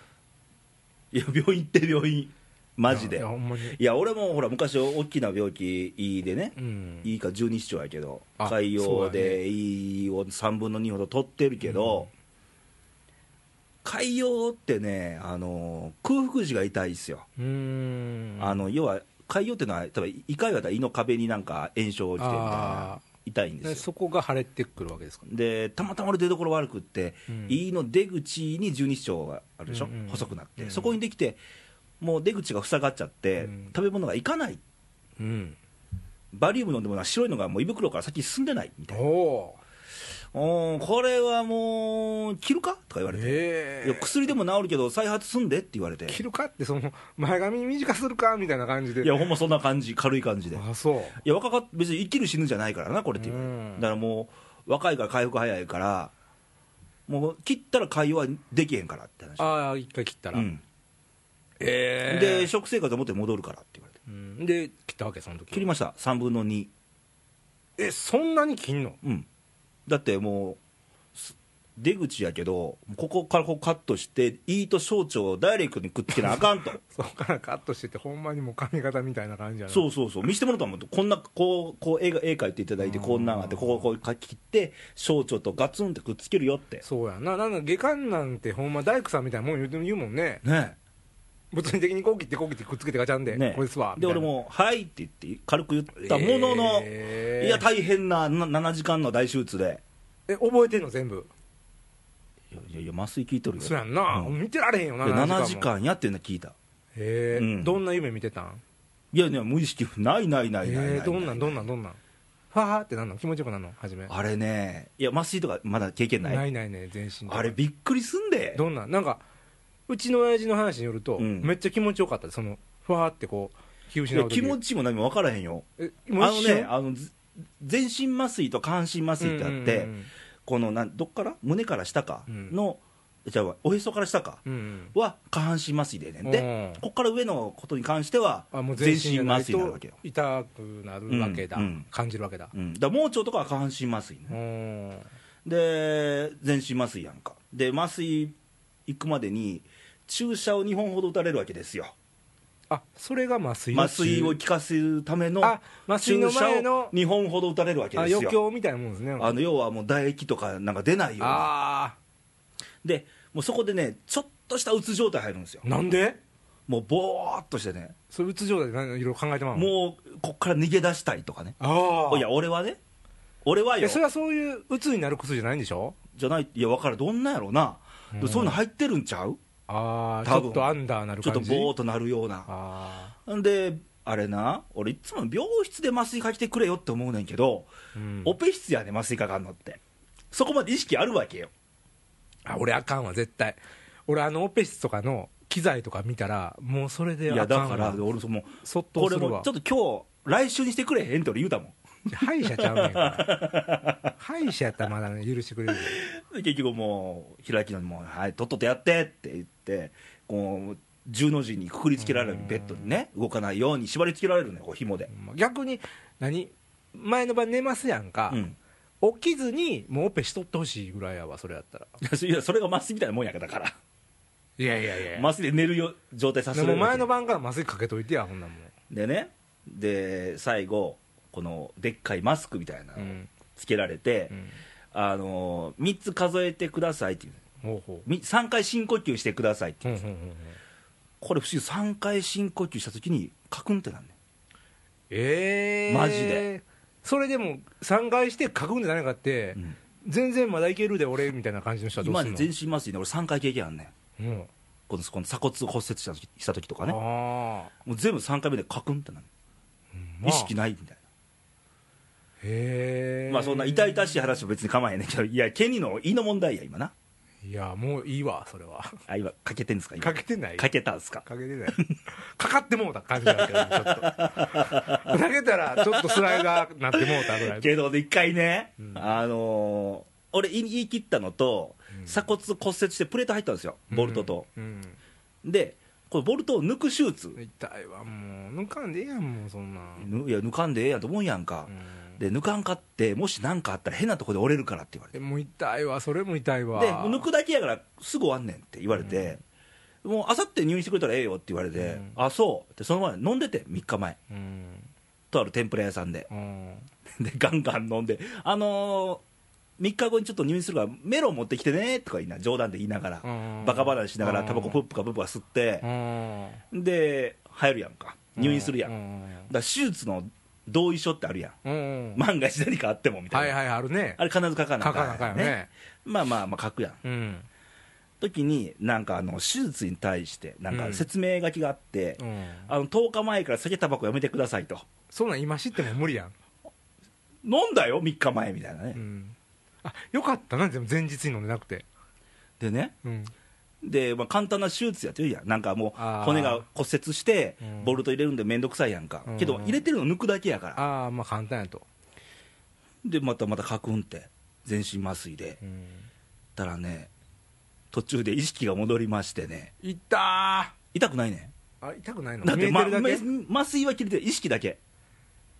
Speaker 1: いや病院行って病院マジで
Speaker 2: い
Speaker 1: い
Speaker 2: や
Speaker 1: や
Speaker 2: いやほんまに
Speaker 1: 俺もほら昔大きな病気胃でね、
Speaker 2: うん
Speaker 1: いいか十二指腸やけど
Speaker 2: あ
Speaker 1: 海
Speaker 2: そう
Speaker 1: 洋
Speaker 2: やね
Speaker 1: で胃を3分の2ほど取ってるけど、海洋ってねあの空腹時が痛いですよ、
Speaker 2: うーん
Speaker 1: あの要は海洋ってのは例えば胃潰瘍だったら胃の壁になんか炎症してみたい
Speaker 2: あ
Speaker 1: な痛いん
Speaker 2: ー
Speaker 1: です
Speaker 2: で
Speaker 1: よ
Speaker 2: そこが腫れてくるわけですか
Speaker 1: でたまたま俺出所悪くって、
Speaker 2: うん
Speaker 1: 胃の出口に十二指腸があるでしょ、
Speaker 2: うんうん
Speaker 1: 細くなって、
Speaker 2: うん
Speaker 1: そこにできてもう出口が塞がっちゃって、
Speaker 2: うん
Speaker 1: 食べ物がいかない
Speaker 2: うん
Speaker 1: バリウム飲んでもな白いのがもう胃袋から先に進んでないみたい
Speaker 2: お
Speaker 1: な
Speaker 2: お
Speaker 1: おーこれはもう切るかとか言われて、
Speaker 2: え
Speaker 1: いや薬でも治るけど再発すんでって言われて
Speaker 2: 切るかってその前髪短くするかみたいな感じで
Speaker 1: いやほんまそんな感じ軽い感じで
Speaker 2: あそう
Speaker 1: いや若かっ別に生きる死ぬじゃないからなこれって言われて、
Speaker 2: うん
Speaker 1: だからもう若いから回復早いからもう切ったら会話できへんからって話
Speaker 2: ああ一回切ったら、
Speaker 1: うん
Speaker 2: ええ
Speaker 1: で食生活を元に戻るからって言われて
Speaker 2: うんで切ったわけその時
Speaker 1: 切りました3分の2
Speaker 2: えそんなに切んの
Speaker 1: うんだってもうす出口やけどここからこうカットして胃と小腸をダイレクトにくっつけなあかんと
Speaker 2: そこからカットしててほんまにもう髪型みたいな感じやな
Speaker 1: そうそうそう見せてもらったもんこんなこうこう絵が絵描いていただいてこんなんあってこここう書き切って小腸とガツンってくっつけるよって
Speaker 2: そうやななんか下巻なんてほんま大工さんみたいなもん言うて言うもんね
Speaker 1: ね
Speaker 2: 物理的にこう切ってこう切ってくっつけてガチャンで、
Speaker 1: ね
Speaker 2: これですわみ
Speaker 1: で
Speaker 2: たいな
Speaker 1: 俺も「はい」って言って軽く言ったものの、
Speaker 2: えー
Speaker 1: いや大変なな7時間の大手術で
Speaker 2: え覚えてんの全部
Speaker 1: いやいやいや麻酔効いとるよ
Speaker 2: そうやんな、
Speaker 1: うん
Speaker 2: 見てられへんよな
Speaker 1: で
Speaker 2: も
Speaker 1: 7時間やっていうの聞いた
Speaker 2: えー
Speaker 1: うん
Speaker 2: どんな夢見てたん
Speaker 1: いやいや無意識ないないないないない
Speaker 2: えー、どんなんどんなんどんなんファーってなんの気持ちよくなんの初め
Speaker 1: あれねいや麻酔とかまだ経験ない
Speaker 2: ないないね全身
Speaker 1: あれびっくりすんで
Speaker 2: どんなんなんかうちの親父の話によると、
Speaker 1: うん
Speaker 2: めっちゃ気持ちよかったそのファーってこう気を
Speaker 1: い
Speaker 2: 失
Speaker 1: や
Speaker 2: う時
Speaker 1: 気持ちも何も分からへんよ
Speaker 2: え
Speaker 1: あ
Speaker 2: もう
Speaker 1: の
Speaker 2: 一瞬
Speaker 1: ねあのず全身麻酔と下半身麻酔ってあって、
Speaker 2: うん
Speaker 1: このなんどっから胸から下か
Speaker 2: うん
Speaker 1: の、じゃあおへそから下か
Speaker 2: うんうんうん
Speaker 1: は下半身麻酔でねんで、
Speaker 2: うん
Speaker 1: ここから上のことに関しては
Speaker 2: あもう
Speaker 1: 全
Speaker 2: 全身
Speaker 1: 身
Speaker 2: じゃな
Speaker 1: 麻
Speaker 2: い
Speaker 1: 酔になるわ
Speaker 2: と
Speaker 1: けよ、
Speaker 2: 痛くなるわけだ、
Speaker 1: うんうん
Speaker 2: 感じるわけだ、
Speaker 1: うん、だから盲腸とかは下半身麻酔ね、
Speaker 2: うん
Speaker 1: で全身麻酔やんかで麻酔行くまでに注射を2本ほど打たれるわけですよ
Speaker 2: あそれが麻酔の
Speaker 1: 麻酔を効かせるための
Speaker 2: あ麻酔の
Speaker 1: 注射
Speaker 2: 前
Speaker 1: を
Speaker 2: の
Speaker 1: 2本ほど打たれるわけ
Speaker 2: あ
Speaker 1: です
Speaker 2: 余
Speaker 1: よ
Speaker 2: 興みたいなもんですね
Speaker 1: あの要はもう唾液とかなんか出ないように
Speaker 2: あ
Speaker 1: でもうそこでねちょっとしたうつ状態入るんですよ
Speaker 2: ーなんで
Speaker 1: もうぼーっとしてね、
Speaker 2: それ、うつ状態で何いろいろ考えてまうう、
Speaker 1: もうこっから逃げ出したいとかね、
Speaker 2: ああ。
Speaker 1: いや、俺はね、俺は
Speaker 2: え
Speaker 1: よ、
Speaker 2: それはそういううつになる薬じゃないんでしょ
Speaker 1: じゃない、いや、分からん、どんなんやろうな、でもそういうの入ってるんちゃう
Speaker 2: ああ、ち
Speaker 1: 多分
Speaker 2: ょっとアンダーなる
Speaker 1: ちょっと
Speaker 2: 感じ。
Speaker 1: ぼーっとなるような。
Speaker 2: あ
Speaker 1: んで、あれな、俺、いつも病室で麻酔かけてくれよって思うねんけど、
Speaker 2: あ、うん
Speaker 1: オペ室やね、麻酔かかんのって、そこまで意識あるわけよ、
Speaker 2: あ俺あかんわ、絶対。俺、あの、オペ室とかの機材とか見たら、もうそれ
Speaker 1: い
Speaker 2: で
Speaker 1: や、
Speaker 2: あか
Speaker 1: だ
Speaker 2: ん
Speaker 1: か
Speaker 2: わ。
Speaker 1: ら、俺、その
Speaker 2: そっと
Speaker 1: こ
Speaker 2: す
Speaker 1: れ
Speaker 2: る
Speaker 1: も
Speaker 2: わ
Speaker 1: ちょ。っと今日来週にしてくれへんって俺、言うたもん。
Speaker 2: 歯医者ちゃうね んから。歯医者やったらまだね、許してくれるけ
Speaker 1: で結局もう開きのにもう「はいとっととやって」って言ってこう十の字にくくりつけられるベッドにね動かないように縛りつけられるねこう紐で、
Speaker 2: ど。逆に、何前の晩寝ますやんか。
Speaker 1: うん、
Speaker 2: 起きずに、もうオペしとってほしいぐらいやわ、それやったら。
Speaker 1: いやそいやそれが麻酔みたいなもんやからだから
Speaker 2: いやいやいや
Speaker 1: 麻酔で寝るよ状態させ
Speaker 2: で
Speaker 1: る
Speaker 2: も前の晩から麻酔かけといてや、ほんなんもん。
Speaker 1: でねで最後このでっかいマスクみたいな
Speaker 2: う
Speaker 1: のを
Speaker 2: ん
Speaker 1: つけられて、
Speaker 2: うん
Speaker 1: あの3つ数えてくださいっていう
Speaker 2: ほうほう。
Speaker 1: 3回深呼吸してくださいって
Speaker 2: うんうんうんうん
Speaker 1: これ不思議3回深呼吸した時にカクンってなんねん
Speaker 2: ええ
Speaker 1: マジで
Speaker 2: それでも3回して書くんじゃないかって、
Speaker 1: うん
Speaker 2: 全然まだいけるで俺みたいな感じの人はどう
Speaker 1: 今
Speaker 2: す
Speaker 1: で
Speaker 2: るの
Speaker 1: 全身麻酔ね俺3回経験あんねん
Speaker 2: うん
Speaker 1: このこの鎖骨を骨折した時した時とかね
Speaker 2: あ
Speaker 1: もう全部3回目でカクンってなる、
Speaker 2: あ、
Speaker 1: 意識
Speaker 2: な
Speaker 1: ないみたい
Speaker 2: へ
Speaker 1: な
Speaker 2: え
Speaker 1: まあそんな痛々しい話は別に構えへんねん けどいやケニーの胃の問題や今ない
Speaker 2: やもういいわそれは
Speaker 1: あ今かけてんですか今
Speaker 2: かけてない
Speaker 1: かけたんですか
Speaker 2: かけてないかかってもうた感じだけどちょっ と投げたらちょっとスライダーなってもうたぐらい
Speaker 1: けどね一回ね、
Speaker 2: うん
Speaker 1: あのー俺言い言い切ったのと、
Speaker 2: うん
Speaker 1: 鎖骨骨折してプレート入ったんですよボルトと、、
Speaker 2: うん
Speaker 1: でこのボルトを抜く手術
Speaker 2: うん、痛いわもう抜かんでええやんもうそんなん、
Speaker 1: ぬいや抜かんでええやんと思うやんか
Speaker 2: う、ん
Speaker 1: で抜かんかってもし何かあったら変なとこで折れるからって言われて
Speaker 2: えもう痛いわそれも痛いわ
Speaker 1: で抜くだけやからすぐ終わんねんって言われて、もうあさって入院してくれたらええよって言われて、
Speaker 2: うん
Speaker 1: あそうってその前に飲んでて3日前
Speaker 2: うん
Speaker 1: とある天ぷら屋さんで
Speaker 2: うん
Speaker 1: でガンガン飲んであのー、3日後にちょっと入院するからメロン持ってきてねとか言いな冗談で言いながら、バカ話しながらタバコプップかプップか吸って、で入るやんか入院するやん、だか
Speaker 2: ん
Speaker 1: ら手術の同意書ってあるやん
Speaker 2: うん
Speaker 1: 万が一何かあってもみたい
Speaker 2: は
Speaker 1: な、
Speaker 2: いはいあるね
Speaker 1: あれ必ず書かな
Speaker 2: 書
Speaker 1: あ
Speaker 2: か
Speaker 1: か
Speaker 2: なあ
Speaker 1: ん
Speaker 2: か
Speaker 1: や
Speaker 2: んよ
Speaker 1: ん
Speaker 2: ね
Speaker 1: まあまあまあ書くやん
Speaker 2: うん
Speaker 1: 時になんかあの手術に対してなんか説明書きがあって、
Speaker 2: うん
Speaker 1: あの10日前から酒タバコやめてくださいと
Speaker 2: そんなん今知っても無理やん
Speaker 1: 飲んだよ3日前みたいなね、
Speaker 2: うんあよかったなでも前日に飲んでなくて
Speaker 1: でね
Speaker 2: うん
Speaker 1: で、まあ、簡単な手術やってるやんなんかも
Speaker 2: あー
Speaker 1: う骨が骨折して
Speaker 2: うん
Speaker 1: ボルト入れるんで面倒くさいやんか、
Speaker 2: うん
Speaker 1: けど入れてるの抜くだけやから
Speaker 2: ああまあ簡単やと
Speaker 1: でまたまたカクンって全身麻酔で
Speaker 2: うん
Speaker 1: たらね途中で意識が戻りましてね
Speaker 2: 痛ー
Speaker 1: 痛くないね
Speaker 2: あ痛くないの
Speaker 1: んだって,、
Speaker 2: 見
Speaker 1: ま
Speaker 2: えてるだけ
Speaker 1: ま麻酔は切れてる意識だけ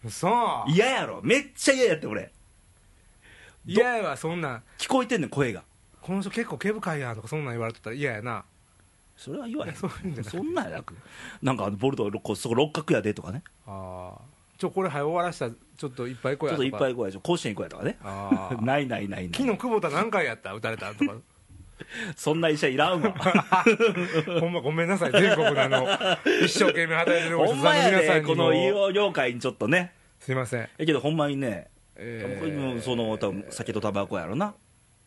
Speaker 2: そう
Speaker 1: 嫌やろめっちゃ嫌やって俺
Speaker 2: 嫌やわそんなん
Speaker 1: 聞こえてんねん声が
Speaker 2: この人結構毛深いやんとかそんなん言われてたら嫌やな
Speaker 1: それは言わへん
Speaker 2: いやそういうんじゃない
Speaker 1: そんなんやなくなんかあのボルトこうそこ六角やでとかね
Speaker 2: ああちょこれ早終わらしたらちょっといっぱい行こ
Speaker 1: ち
Speaker 2: う
Speaker 1: ょっ
Speaker 2: や
Speaker 1: といっぱい
Speaker 2: い
Speaker 1: 行こうやしょ甲子園行こうやとかね
Speaker 2: ああ
Speaker 1: ないないないな
Speaker 2: 昨
Speaker 1: い
Speaker 2: 日久保田何回やった打たれたとか
Speaker 1: そんな医者いらんわ
Speaker 2: ほんまごめんなさい、全国のあの、一生懸命働いてるお医
Speaker 1: ほ
Speaker 2: 者
Speaker 1: ん
Speaker 2: さ
Speaker 1: ま
Speaker 2: んの皆さ
Speaker 1: や
Speaker 2: ん
Speaker 1: ね
Speaker 2: に
Speaker 1: こ
Speaker 2: も
Speaker 1: の医。療業界にちょっとね
Speaker 2: すいません。
Speaker 1: えけどほんまにね、
Speaker 2: え
Speaker 1: これも
Speaker 2: ー、
Speaker 1: その多分酒とタバコやろな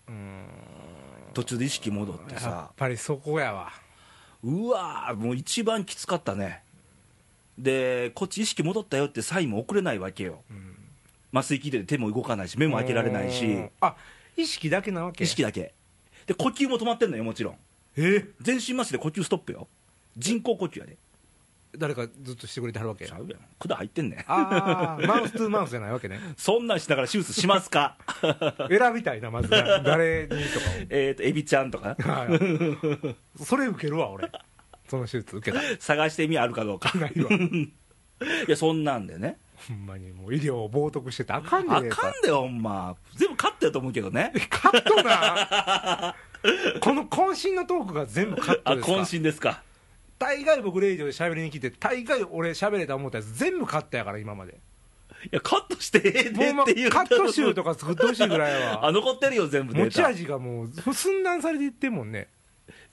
Speaker 2: うーん
Speaker 1: 途中で意識戻って
Speaker 2: や
Speaker 1: さ
Speaker 2: っぱりそこやわ。
Speaker 1: うわーもう一番きつかったねでこっち意識戻ったよってサインも送れないわけよ
Speaker 2: うん
Speaker 1: 麻酔切れて手も動かないし目も開けられないし。
Speaker 2: あ、意識だけなわけ
Speaker 1: 意識だけで呼吸も止まってんのよもちろん
Speaker 2: えー
Speaker 1: 全身麻酔で呼吸ストップよ人工呼吸やで
Speaker 2: 誰かずっとしてくれてはるわけ
Speaker 1: ちゃうやん管入ってんねん
Speaker 2: ああ、マウストゥーマウスじゃないわけね。
Speaker 1: そんなんしながら手術しますか
Speaker 2: 選びたいな、まずな。誰に
Speaker 1: えっとエビちゃんとか
Speaker 2: とかをはい。それ受けるわ、俺。その手術受けた。
Speaker 1: 探してみあるかどうか
Speaker 2: ないわ。
Speaker 1: いやそんなんでね
Speaker 2: ほんまにもう医療を冒涜してたらあかんで
Speaker 1: あ
Speaker 2: ね
Speaker 1: かんでほんま全部カットやと思うけどね
Speaker 2: カットなこの渾身のトークが全部カット
Speaker 1: あ
Speaker 2: ですか
Speaker 1: 渾身ですか
Speaker 2: 大概僕レイジオで喋りに来て大概俺喋れた思ったやつ全部カットやから今まで
Speaker 1: いやカットして ええ
Speaker 2: も
Speaker 1: で
Speaker 2: うま
Speaker 1: って
Speaker 2: あ
Speaker 1: いう
Speaker 2: カット集とか作ってほしいぐら い
Speaker 1: あ
Speaker 2: は
Speaker 1: 残ってるよ全部デ
Speaker 2: 持
Speaker 1: ー
Speaker 2: ち
Speaker 1: タ
Speaker 2: 味がもう寸断されていってんもんね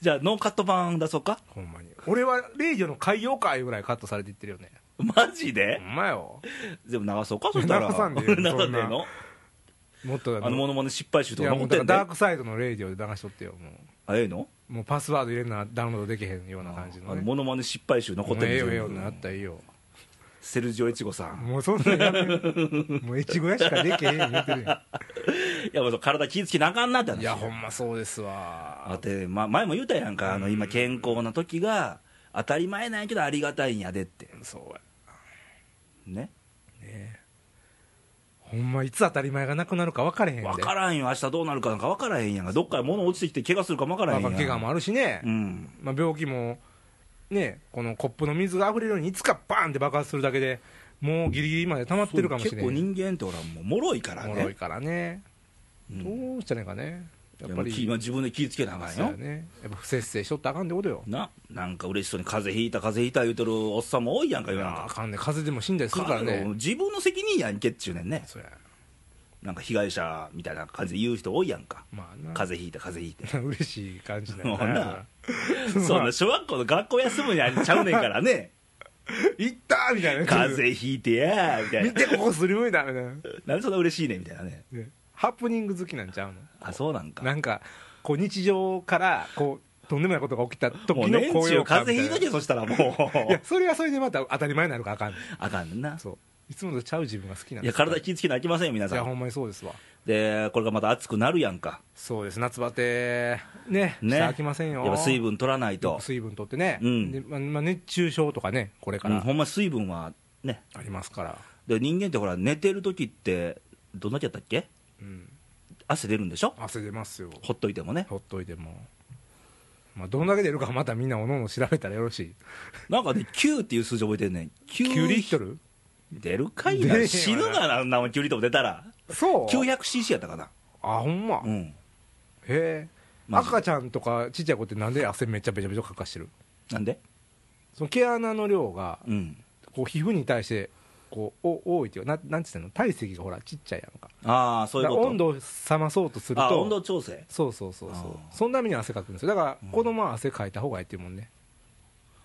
Speaker 1: じゃあノーカット版出そうか
Speaker 2: ほんまに俺はレイジョの海洋会ぐらいカットされていってるよね
Speaker 1: マジで
Speaker 2: ほんまよ
Speaker 1: でも流そうかそしたら
Speaker 2: 流さんでえ
Speaker 1: 流
Speaker 2: えの
Speaker 1: さんでええの
Speaker 2: もっと
Speaker 1: あのモノマネ失敗集
Speaker 2: い
Speaker 1: とか
Speaker 2: やも
Speaker 1: 残
Speaker 2: う
Speaker 1: って
Speaker 2: だから
Speaker 1: ん
Speaker 2: ダー
Speaker 1: で
Speaker 2: クサイドのレイジョで流しとってよも
Speaker 1: あええの
Speaker 2: うもうパスワード入れるなダウンロードできへんような感じの、
Speaker 1: あの
Speaker 2: ね、
Speaker 1: モノマネ失敗集残
Speaker 2: も
Speaker 1: っ
Speaker 2: う
Speaker 1: て
Speaker 2: ええ
Speaker 1: る
Speaker 2: よええよ
Speaker 1: んで
Speaker 2: なったらいいよ
Speaker 1: セルジオ越後さん
Speaker 2: もうそんなんやめろもうエチゴヤしかできへん言うてるや
Speaker 1: いやもうそう体気ぃつけなあかんなって
Speaker 2: ん
Speaker 1: 話
Speaker 2: いやほんまそうですわ
Speaker 1: だって、ま、前も言うたやんかあの今健康な時が当たり前なんやけどありがたいんやでって
Speaker 2: そうや
Speaker 1: ね
Speaker 2: ねほんまいつ当たり前がなくなるか分かれへんで
Speaker 1: 分からんよ明日どうなるかなんか分からへんやんかどっかに物落ちてきて怪我するかも分からへんや
Speaker 2: ま
Speaker 1: ん
Speaker 2: あ怪我もあるしね、
Speaker 1: うん
Speaker 2: まあ、病気もねこのコップの水が溢れるようにいつかバーンって爆発するだけでもうギリギリまで溜まってるかもしれない
Speaker 1: そう結構人間ってほらもう脆いからね
Speaker 2: 脆いからね、
Speaker 1: うん
Speaker 2: どうしたらいいんかねやっ
Speaker 1: やっ
Speaker 2: ぱ
Speaker 1: ぱ
Speaker 2: り
Speaker 1: り自分で気ぃつけなあかん
Speaker 2: そう
Speaker 1: よ
Speaker 2: やねやっぱ不節制しとったらあかんってことよ
Speaker 1: ななんか嬉しそうに風邪ひいた風邪ひいた言うてるおっさんも多いやんか
Speaker 2: い
Speaker 1: 世の
Speaker 2: やあ
Speaker 1: 中
Speaker 2: かんね風邪でも死んだりするから
Speaker 1: もう
Speaker 2: ね
Speaker 1: 自分の責任やんけっちゅうねんね
Speaker 2: そうや
Speaker 1: なんか被害者みたいな感じで言う人多いやんか
Speaker 2: まあな
Speaker 1: 風邪ひいた風 邪ひい
Speaker 2: 嬉しい感じだ
Speaker 1: もうな
Speaker 2: そ
Speaker 1: て
Speaker 2: れ
Speaker 1: そんな小学校の学校休むにあれちゃうねんから ね
Speaker 2: 行ったーみたいな
Speaker 1: 風邪ひいてやーみたい
Speaker 2: 見
Speaker 1: な
Speaker 2: てここするみたいなね
Speaker 1: なんでそんな嬉しいねんみたいなね
Speaker 2: ハプニング好きなんちゃうの
Speaker 1: あそうなんか
Speaker 2: なんかこう日常からこうとんでもないことが起きた時
Speaker 1: もう
Speaker 2: の
Speaker 1: 年
Speaker 2: 高
Speaker 1: 中
Speaker 2: 揚感
Speaker 1: 風
Speaker 2: み
Speaker 1: 邪ひい
Speaker 2: た
Speaker 1: た
Speaker 2: いな
Speaker 1: けどそしたらも
Speaker 2: いや
Speaker 1: う
Speaker 2: それはそれでまた当たり前になるからあかんね
Speaker 1: あかんなん
Speaker 2: そういつもとちゃう自分が好き
Speaker 1: い
Speaker 2: なんで
Speaker 1: や
Speaker 2: すよ
Speaker 1: 体気ぃつけなあきませんよ皆
Speaker 2: い
Speaker 1: さ
Speaker 2: やほ
Speaker 1: ん
Speaker 2: んまにそうですわ
Speaker 1: でこれがまた暑くなるやんか
Speaker 2: そうです夏バテねね
Speaker 1: ね
Speaker 2: 飽きませんよ
Speaker 1: やっぱ水分取らない
Speaker 2: よ
Speaker 1: と
Speaker 2: く水分取ってね、
Speaker 1: うん
Speaker 2: でまま熱中症とかねこれか
Speaker 1: うん
Speaker 2: ら
Speaker 1: ほんま水分はね
Speaker 2: ありますから、
Speaker 1: で人間ってほら寝てる時ってどんだけやったっけ
Speaker 2: うん、
Speaker 1: 汗出るんでしょ
Speaker 2: 汗出ますよ
Speaker 1: ほっといてもね
Speaker 2: ほっといてもまあどんだけ出るかまたみんなおのおの調べたらよろしい
Speaker 1: なんかね9っていう数字覚えてんねん
Speaker 2: 9
Speaker 1: 9
Speaker 2: リットル
Speaker 1: 出るかい
Speaker 2: 出へんわ
Speaker 1: な
Speaker 2: な
Speaker 1: 死ぬがなあんなもん9リットル出たら
Speaker 2: そ
Speaker 1: 900cc やったかな
Speaker 2: あほんま、
Speaker 1: う
Speaker 2: へ
Speaker 1: ん
Speaker 2: え
Speaker 1: マジで
Speaker 2: 赤ちゃんとかちっちゃい子ってなんで汗めちゃべちゃべちゃかかしてる
Speaker 1: なんで
Speaker 2: その毛穴の量が
Speaker 1: うん
Speaker 2: こう皮膚に対してこうお多いっていうかななんて言ったの体積がほらちっちゃいやんか
Speaker 1: ああそういう
Speaker 2: だ
Speaker 1: こ
Speaker 2: か
Speaker 1: と
Speaker 2: ら温度を冷まそうとする
Speaker 1: あ
Speaker 2: と
Speaker 1: 温度調整
Speaker 2: そうそうそうそう
Speaker 1: あー
Speaker 2: そんな目に汗かくんですよだから
Speaker 1: ん
Speaker 2: 子供は汗かいた方がいいっていうもんね、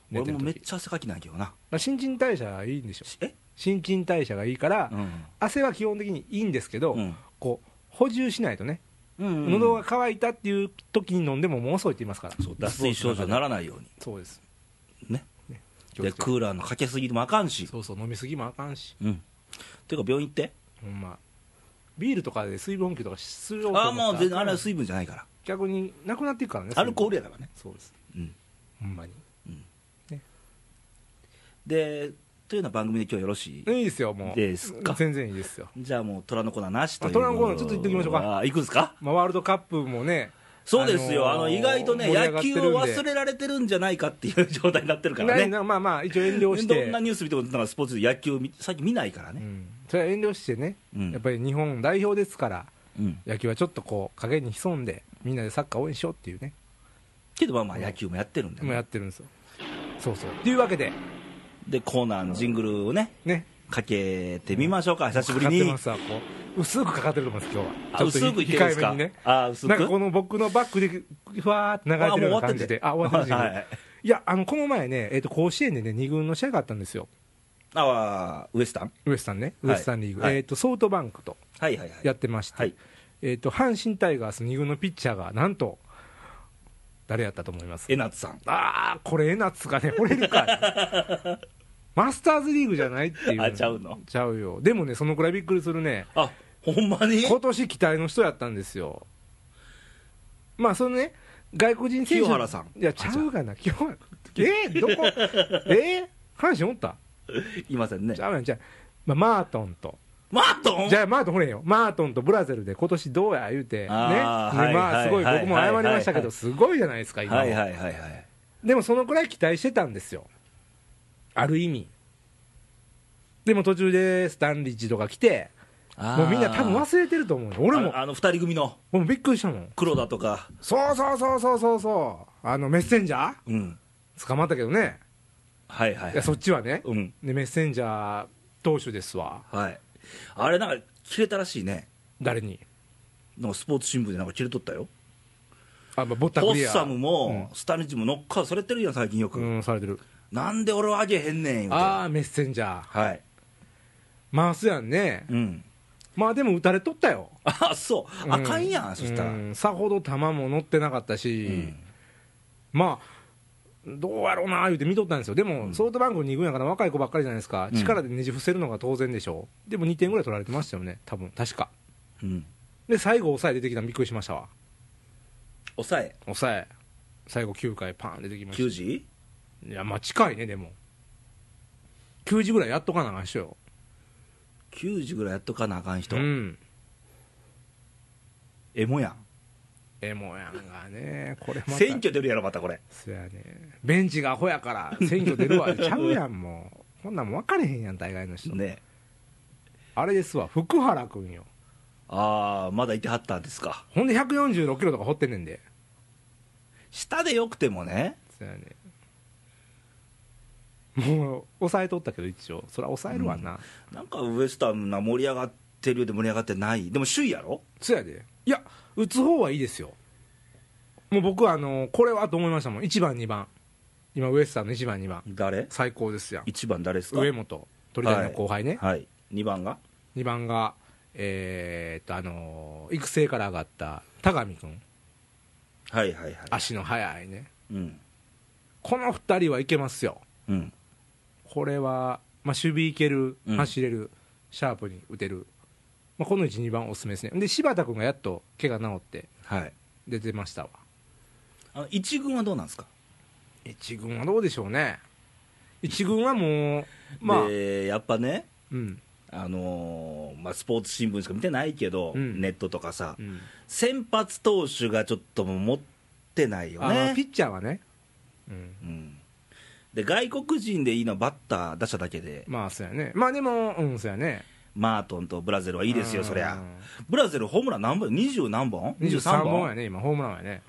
Speaker 2: 寝て
Speaker 1: 俺
Speaker 2: る
Speaker 1: も
Speaker 2: 時
Speaker 1: めっちゃ汗かきないけどな
Speaker 2: まあ新陳代謝がいいんでしょ
Speaker 1: しえ
Speaker 2: 新陳代謝がいいから、
Speaker 1: うん
Speaker 2: 汗は基本的にいいんですけど、
Speaker 1: うん
Speaker 2: こう補充しないとね、
Speaker 1: うん
Speaker 2: 喉が渇いたっていう時に飲んでももう遅いって言いますから
Speaker 1: そう脱水症状にならないように
Speaker 2: そうです
Speaker 1: ね
Speaker 2: 気を
Speaker 1: で
Speaker 2: つけて
Speaker 1: クーラーのかけすぎてもあかんし
Speaker 2: そうそう飲みすぎもあかんし
Speaker 1: うんていうか病院行って
Speaker 2: ほんまビールとかで水分補給とかする
Speaker 1: ああもう全然あれは
Speaker 2: 水
Speaker 1: 水分じゃないから
Speaker 2: 逆になくなっていくからね
Speaker 1: アルコー
Speaker 2: ル
Speaker 1: ルやからね
Speaker 2: そうです
Speaker 1: うん
Speaker 2: ほんまに
Speaker 1: でというような番組で今日よろしい、
Speaker 2: いいですよもう
Speaker 1: ですか
Speaker 2: 全然いいですよ、
Speaker 1: じゃあもう虎の粉なしという
Speaker 2: あ虎のコーナーちょっと行ってきましょうか
Speaker 1: あ行くんですか
Speaker 2: まあ、ワールドカップもね
Speaker 1: そうですよ、あの
Speaker 2: ー
Speaker 1: 意外とね、
Speaker 2: 盛り上が
Speaker 1: 野
Speaker 2: って
Speaker 1: 球
Speaker 2: るん
Speaker 1: を
Speaker 2: で
Speaker 1: 忘れられてるんじゃないかっていう状態になってるから
Speaker 2: ない
Speaker 1: ね、
Speaker 2: なまあまあ一応遠慮して
Speaker 1: どんなニュース見ても、なんかスポーツで野球見、さっき見ないから
Speaker 2: う
Speaker 1: ね、
Speaker 2: んそれは遠慮してね、
Speaker 1: うん
Speaker 2: やっぱり日本代表ですから
Speaker 1: うん
Speaker 2: 野球はちょっとこう影に潜んでみんなでサッカー応援しようっていうね
Speaker 1: けどまあまあ、野球もやってるんで、
Speaker 2: もうや
Speaker 1: ね、
Speaker 2: ってるんですよそうそうというわけで
Speaker 1: でコーナーのジングルをね、
Speaker 2: ね
Speaker 1: かけてみましょうか、久しぶり
Speaker 2: かかって
Speaker 1: に
Speaker 2: ま。すわこう薄くかかってると思います今日は
Speaker 1: あ
Speaker 2: ちょっと
Speaker 1: 薄くいってるんですか
Speaker 2: 控えめにね
Speaker 1: あ薄く
Speaker 2: なんかこの僕のバックでふわーって流れてるような感じで
Speaker 1: あ
Speaker 2: あ
Speaker 1: もう
Speaker 2: 終
Speaker 1: 終わ
Speaker 2: わ
Speaker 1: っ
Speaker 2: ってて
Speaker 1: るは
Speaker 2: る、
Speaker 1: い
Speaker 2: い、やあのこの前ね、えー、と甲子園でね2軍の試合があったんですよ
Speaker 1: あウエスタン
Speaker 2: ウエスタンね、
Speaker 1: はい
Speaker 2: ウエスタンリーグ、
Speaker 1: はい
Speaker 2: えー、とソフトバンクと
Speaker 1: はいはいはい。
Speaker 2: やってまして、
Speaker 1: はい
Speaker 2: えー、と阪神タイガース2軍のピッチャーがなんと誰やったと思います
Speaker 1: えなつさん。
Speaker 2: ああこれ江夏がね惚れるか いマスターズリーグじゃないっていう
Speaker 1: あちゃうの
Speaker 2: ちゃうよでもねそのくらいびっくりするね
Speaker 1: あほんまに
Speaker 2: 今年期待の人やったんですよまあそのね外国人選手
Speaker 1: 清原さん
Speaker 2: いやちゃうがな清原えー、どこえー、阪神おった
Speaker 1: いませんね
Speaker 2: ち。ゃうやんちゃうまあ、マートンと
Speaker 1: マットン
Speaker 2: じゃあマートンほれんよマートンとブラゼルで今年どうや言うてね
Speaker 1: あーはい
Speaker 2: ま
Speaker 1: は
Speaker 2: あ
Speaker 1: い
Speaker 2: すごい
Speaker 1: はい
Speaker 2: 僕も謝りまし
Speaker 1: は
Speaker 2: たけ
Speaker 1: いは
Speaker 2: ど
Speaker 1: い
Speaker 2: すごいじゃないですか今
Speaker 1: はいはいはいはい。
Speaker 2: でもそのくらい期待してたんですよ、ある意味。でも途中でスタンリッジとか来て、もうみんな多分忘れてると思うよ俺も
Speaker 1: あ、あの二人組の
Speaker 2: 俺もびっくりしたもん。
Speaker 1: 黒田とか、
Speaker 2: そうそうそうそうそうそう、あのメッセンジャ
Speaker 1: うん、
Speaker 2: ー捕まったけどね、
Speaker 1: はいはい
Speaker 2: いやそっちはね、
Speaker 1: うん、
Speaker 2: でメッセンジャー投手ですわ、
Speaker 1: はい、あれなんか切れたらしいね、
Speaker 2: 誰に。
Speaker 1: なんかスポーツ新聞でなんか切れとったよ、
Speaker 2: あ、まあ、ぼった
Speaker 1: ホ
Speaker 2: くり
Speaker 1: ッ
Speaker 2: や
Speaker 1: サムも、スタニチもノックアウトされてるやん、最近よく、
Speaker 2: うん、うん、されてる
Speaker 1: なんで俺はあげへんねん言うて、
Speaker 2: ああメッセンジャー
Speaker 1: はい、
Speaker 2: 回すやんね
Speaker 1: うん、
Speaker 2: まあでも打たれとったよ
Speaker 1: あそう、あかんやん、そしたら、
Speaker 2: う
Speaker 1: うん
Speaker 2: んさほど球も乗ってなかったし、まあどうやろうな言うて見とったんですよでも、
Speaker 1: ん
Speaker 2: ソフトバンク2軍やから若い子ばっかりじゃないですか、
Speaker 1: うん
Speaker 2: 力でねじ伏せるのが当然でしょうでも2点ぐらい取られてましたよね多分確か
Speaker 1: うん、
Speaker 2: で最後抑え出てきたのびっくりしましたわ
Speaker 1: 抑え、
Speaker 2: 抑え最後9回パーン出てきま
Speaker 1: 9
Speaker 2: し
Speaker 1: 時
Speaker 2: たいやまあ近いねでも9時ぐらいやっとかなあかんっしょよ
Speaker 1: ?9 時ぐらいやっとかなあかん人、
Speaker 2: うん
Speaker 1: エモやん、
Speaker 2: えもやんがねこれまた
Speaker 1: 選挙出るやろ、またこれ、
Speaker 2: そやねベンチがアホやから選挙出るわちゃうやんもうこんなんもう分かれへんやん大概の人、
Speaker 1: ね、
Speaker 2: あれですわ福原君よ
Speaker 1: ああ、まだいてはったんですか、
Speaker 2: ほんで146キロとか掘ってんねんで
Speaker 1: 下でよくてもね、
Speaker 2: そやねもう抑えとったけど一応そりゃ抑えるわな、
Speaker 1: なんかウエスタンな盛り上がってるようで盛り上がってない、でも首位やろ、
Speaker 2: そやでいや打つ方はいいですよもう僕はあのこれはと思いましたもん1番2番今ウエスタンの1番2番
Speaker 1: 誰
Speaker 2: 最高ですやん
Speaker 1: ?1 番誰ですか
Speaker 2: 上本鳥谷の後輩ね、
Speaker 1: はい、2番が
Speaker 2: 2番がえーっとあのー育成から上がった田上君
Speaker 1: はいはいはい。
Speaker 2: 足の速いね
Speaker 1: うん。
Speaker 2: この2人はいけますよ
Speaker 1: うん。
Speaker 2: これは、まあ、守備いける
Speaker 1: うん
Speaker 2: 走れる、シャープに打てる、まあ、この12番おすすめですねで柴田君がやっと怪我治って
Speaker 1: はい。
Speaker 2: 出てましたわ
Speaker 1: あの、一軍はどうなんですか
Speaker 2: 1軍はどうでしょうね1軍はもうまあ、
Speaker 1: で、やっぱね、
Speaker 2: うん
Speaker 1: あのーまあ、スポーツ新聞しか見てないけど、
Speaker 2: うん
Speaker 1: ネットとかさ、
Speaker 2: うん
Speaker 1: 先発投手がちょっともう持ってないよ
Speaker 2: あーピ
Speaker 1: ね。
Speaker 2: ッチャーはね、うん、
Speaker 1: うん。で、外国人でいいのはバッター出しただけで、
Speaker 2: まあそうやねまあでもうんそうやね
Speaker 1: マートンとブラゼルはいいですよ、
Speaker 2: うん
Speaker 1: そりゃ。ブラゼル、ホームラン何本 ?20 何本 ?23
Speaker 2: 23本や
Speaker 1: 本
Speaker 2: ね今ホームランはね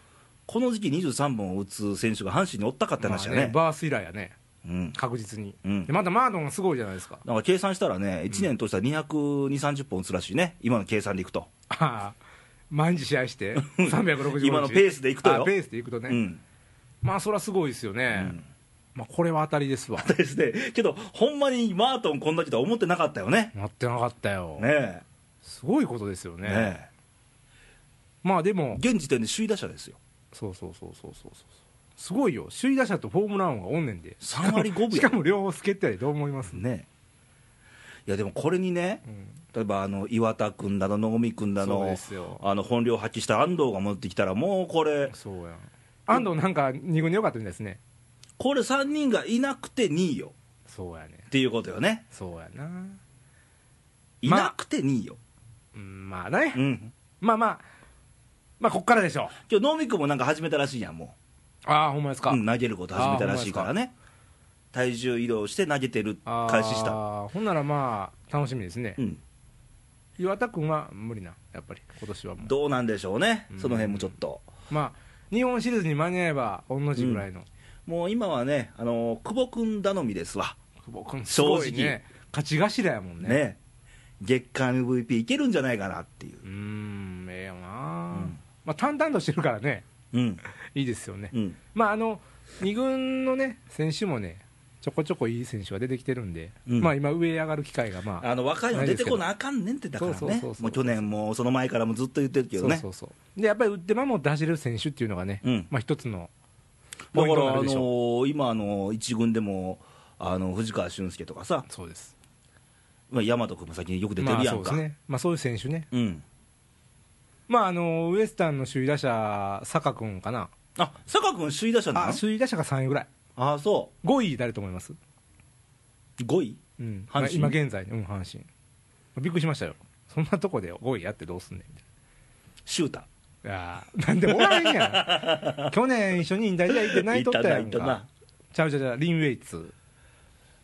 Speaker 1: この時期23本を打つ選手が阪神におったかって話や
Speaker 2: まあ
Speaker 1: ね
Speaker 2: ね。バース以来やね
Speaker 1: うん。
Speaker 2: 確実に、
Speaker 1: うん
Speaker 2: でまたマードンがすごいじゃないですか
Speaker 1: なんか計算したらね、1年通したら220、30本打つらしいね、今の計算でいくと。
Speaker 2: ああ 毎日試合して365日
Speaker 1: 今のペースでいくとよ
Speaker 2: あペースでいくとね、
Speaker 1: うん。
Speaker 2: まあそれはすごいですよね、
Speaker 1: うん
Speaker 2: まあこれは当たりですわ
Speaker 1: ですね。けど、ほんまにマートンこんな人は思ってなかったよね。
Speaker 2: なってなかったよ、
Speaker 1: ね
Speaker 2: すごいことですよ
Speaker 1: え。
Speaker 2: ね
Speaker 1: ね
Speaker 2: まあで
Speaker 1: え
Speaker 2: も
Speaker 1: 現時点で首位打者ですよ。
Speaker 2: そうそうそうそうそうそうすごいよ首位打者とホームラン王がおんねんで
Speaker 1: 3割5分や
Speaker 2: しかも両方助ってたりどう思います、
Speaker 1: ねえいや、でもこれにね
Speaker 2: う、ん
Speaker 1: 例えばあの岩田君だの、野上君だ
Speaker 2: そう
Speaker 1: の
Speaker 2: ですよ、
Speaker 1: あの本領発揮した安藤が戻ってきたら、もうこれ、
Speaker 2: そうやん安藤なんか2軍でよかったみたいですね
Speaker 1: これ3人がいなくて2位よ
Speaker 2: そうやね
Speaker 1: っていうことよね。
Speaker 2: そうやな、
Speaker 1: いなくて2位よ。
Speaker 2: うん、まあね、
Speaker 1: うん。
Speaker 2: まあまあまあこっからでしょ
Speaker 1: 今日、野上君もなんか始めたらしいやん、もう。
Speaker 2: ああほんまですか、
Speaker 1: うん、投げること始めたらしいからね、体重移動して投げてる、
Speaker 2: あー
Speaker 1: 開始した、
Speaker 2: ほんならまあ楽しみですね、
Speaker 1: うん、
Speaker 2: 岩田君は無理なやっぱり今年はもう
Speaker 1: どうなんでしょうね
Speaker 2: う、ん
Speaker 1: その辺もちょっと、
Speaker 2: まあ日本シリーズに間に合えば御の字ぐらいの、
Speaker 1: もう今はね、あのー久保君頼みですわ、
Speaker 2: 久保君すごい
Speaker 1: 正直
Speaker 2: ね勝ち頭やもんね
Speaker 1: ね月間 MVP いけるんじゃないかなっていう、
Speaker 2: うーんええよ
Speaker 1: う
Speaker 2: な、
Speaker 1: ん
Speaker 2: まあ淡々としてるからね
Speaker 1: うん、
Speaker 2: いいですよね、
Speaker 1: うん、
Speaker 2: まああの2軍のね選手もねちょこちょこいい選手が出てきてるんで、
Speaker 1: うん
Speaker 2: まあ今上へ上がる機会がまあ
Speaker 1: あの若いの出てこなあかんねんって、だから
Speaker 2: そうそう
Speaker 1: ね
Speaker 2: そう、そう
Speaker 1: もう去年もその前からもずっと言ってるけどね、
Speaker 2: そうそうそうでやっぱり打って守って走れる選手っていうのがね、
Speaker 1: うん
Speaker 2: まあ一つのポ
Speaker 1: だか
Speaker 2: イントに
Speaker 1: ら、
Speaker 2: な
Speaker 1: あ
Speaker 2: る
Speaker 1: の
Speaker 2: でしょう、
Speaker 1: ー今、あのー一軍でも、あの藤川俊介とかさ、
Speaker 2: そうです
Speaker 1: まあ、大和君も先によく出てるやん
Speaker 2: まあ、
Speaker 1: か、
Speaker 2: そうですね、まあ、そういう選手ね、
Speaker 1: うん、
Speaker 2: まあ、あのウエスタンの首位打者、坂君かな、
Speaker 1: あ坂君、首位打者な
Speaker 2: あ
Speaker 1: の
Speaker 2: 首位打者が3位ぐらい、
Speaker 1: ああ、そ
Speaker 2: 5位誰と思います、
Speaker 1: う、5位
Speaker 2: うん、
Speaker 1: 阪神
Speaker 2: 今現在、うん、阪神、びっくりしましたよ、そんなとこで5位やってどうすんねんみ
Speaker 1: シュータ
Speaker 2: たいな、あーなんで終わらへん やん、去年一緒に引退試合行って
Speaker 1: ー。
Speaker 2: 泣いとったや
Speaker 1: い
Speaker 2: ん
Speaker 1: たな、いたな
Speaker 2: か、。ちゃうちゃうちゃう、リン・ウェイツ、